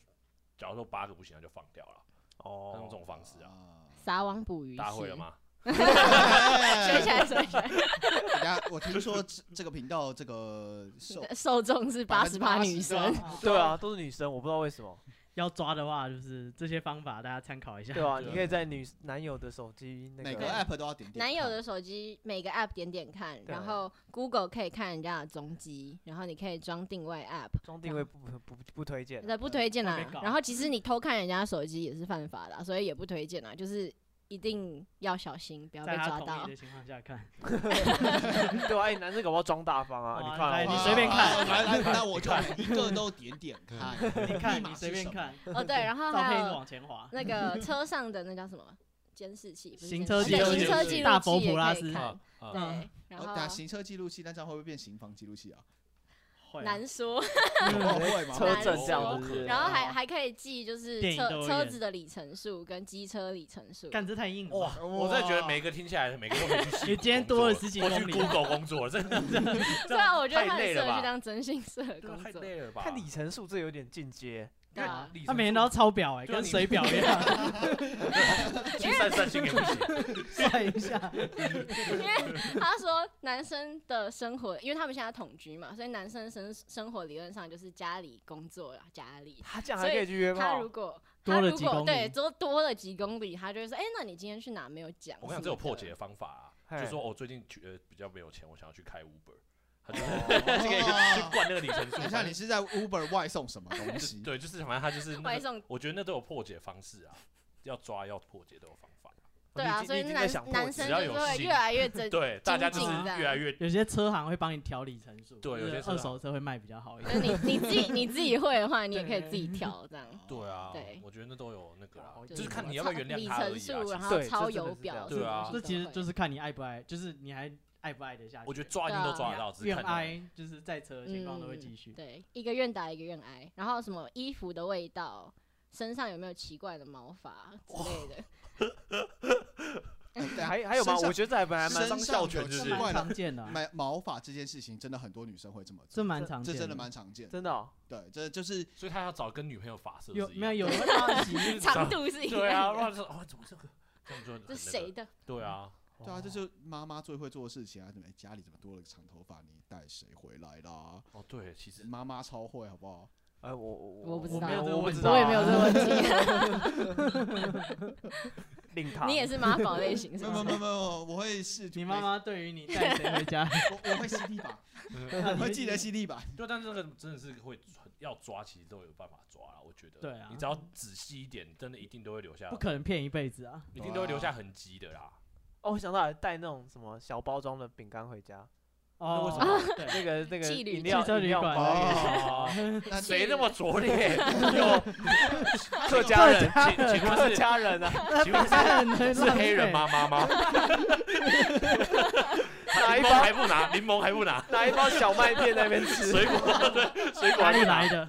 假如说八个不行，他就放掉了。他用哦，这种方式啊，啊！撒网捕鱼。大家会了？吗？ 学起来，学起来。等一下我听说这这个频道这个受受众是八十八80%女生，啊对啊，都是女生，我不知道为 什么。要抓的话就是这些方法大家参考一下。对啊，对你啊可以在女男友的手机那每个个 app 都要点点看。男友的手机每个 app 点点看，对然后 Google 可以看人家的踪迹，然后你可以装定位 app，装定位不不不不推荐啊。那不推荐啦会被。告然后其实你偷看人家手机也是犯法的啊，所以也不推荐啦，就是一定要小心，不要被在他抓同到意的。情况下看， 对啊，哎男生搞不好装大方啊，哇你看啊哎你哇随便看啊来来，那我就每一个都点点看。你密看码你是随便什么看，哦，对，然 后照还片一直有往前滑。那个车上的那叫什么监视器？不是行车记监视器对录行器车记录大器佛也普拉可以斯看啊嗯啊，对，然哦打后行车记录器，那这样会不会变行房记录器啊？会啊难说，哦会吗？车震这哦样子是不是，然后还哦还可以记就是电影车都有车演子的里程数跟机车里程数。干这太硬了吧。哇！我真的觉得每个听起来，每个都可以去西你谷今天工作多了十几我去公里 Google 工作了，真的对啊，我觉得太他很累适了合吧去当征信社的真的工太作。累了吧？看里程数，这有点进阶。对啊，里他程每天数都要抄表哎，对啊跟你水表一 样，去散 散心也不行。算一下。因为他说男生的生活，因为他们现在同居嘛，所以男生生生活理论上就是家里、工作啊、家里。他这样所还以可以去约他炮，如哦果多他了如几果公对里多多了几公里，他就会说：“哎、那你今天去哪没有讲？”我跟你讲，这有破解的。方法啊，嘿就说我最近觉得比较没有钱，我想要去开 Uber，他就 哦是这个去灌那个里程数。等一下， 你是在 Uber 外送什么东就西？ 对，就是反正他就是那外个，送我觉得那都有破解方式啊，要抓要破解都有方法。对你已啊，经所你以已经男在想破男解生只要就是有会心越来越 真，对，大家就是精进越来越有些车行会帮你调里程数，对就有是些车二行手车会卖比较好一就是点。你你 自己你自己会的话，你也可以对自己调这样。对啊对，我觉得那都有那个啦哦，就是什看么你要不要超原谅里他而程已啊数，然其实。对后这超真的油是这表样，什么对啊东西这都其实会就是看你爱不爱，就是你还爱不爱得下去。我觉得抓一定都抓得到，只是越看你挨就是在车的情况都会继续。嗯对，一个愿打一个愿挨，然后什么衣服的味道，身上有没有奇怪的毛发之类的， 嗯等一下还还有吗？身上我觉得这还蛮还蛮身张上孝全有就是奇蛮怪的常见的啊，买毛发这件事情，真的很多女生会这么这做，蛮常见，这真的蛮常见的。真的哦。对，这就是所以他要找跟女朋友发射有是一没有样有人会帮他洗就是衣找长度是一对啊，样不的。然说哦怎么这个这样就很这那是谁个的？对啊，对啊，这哦就妈妈最会做的事情啊！怎么家里怎么多了个长头发？你带谁回来啦？哦对，其实妈妈超会，好不好？哎，我我我不知道没有我没有我不这知个道啊，我也没有这个问 题，令他你也是妈宝 类型没是有没有吗没？有没有，我会试图，你妈妈对于你带谁回 家，我我会 CD 版，我会记得 CD 版。对，但是这个真的是会很要抓，其实都有办法抓啦。我觉得，对啊你只要仔细一点，你真的一定都会留下不，可能骗一辈子啊。一定都会留下痕迹的啦。哦，我想到了带那种什么小包装的饼干回家，哦，为什么啊对，那个那个妓女饮料汽车饮旅料馆包也是哦，那谁那么拙劣？有客家人，请请客问是家人啊，请 问是很浪是黑人费？妈妈吗？哪一柠檬包还不拿，柠檬还不拿，拿一包小麦片在那边吃，水果对水果哪还里不拿来，的？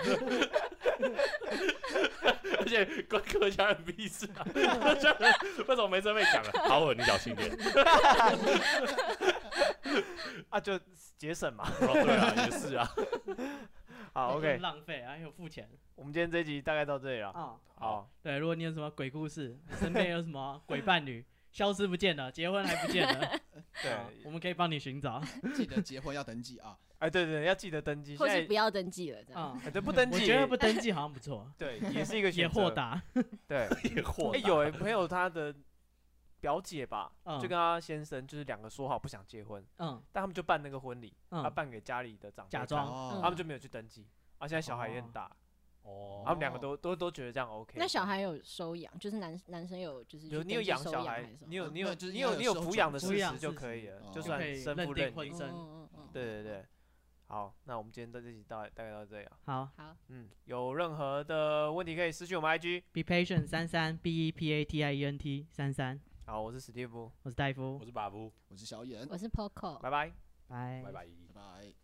而且关客家人屁事啊！客家人为什么没这被讲啊？好我你小 心点。啊，就节省嘛。哦对啊，也是啊。好很，OK，浪费啊，有付钱我们今天这一集大概到这里了。啊。好，对，如果你有什么鬼故事，身边有什么鬼伴侣，消失不见了，结婚还不见了，啊 对，我们可以帮你寻找。记得结婚要登记啊，哎，对对，要记得登记。现 或是在不要登记了这样。啊，哎对不登我记觉也得不登记好像不错，对也是一个也选豁择。达。对，也豁哎，达有哎， 朋友他的表姐吧，嗯就跟他先生就是两个说好不想结婚，嗯但他们就办那个婚礼，他嗯，办给家里的长辈假看装嗯他哦，们就没有去登记。啊，现在小孩也很大，哦他们两个哦都都都觉得这样 OK。那小孩有收养，就是男男生有就是有去你有登记养收小还孩是什，么你有呃你那有就是你要有有你有收抚养养的抚事养实就事可实以了，哦就就算可以生认父定认婚女姻。生。嗯嗯嗯，对对对，好，那我们今天到这集到大概到这里啊。好好，嗯，有任何的问题可以私信我们 IG。 ，be patient 三三 b e p a t i e n t 三三，好，我是史蒂夫，我是戴我夫，是巴布，我是小眼，我是嗯 Poco，拜拜。拜拜拜。拜拜。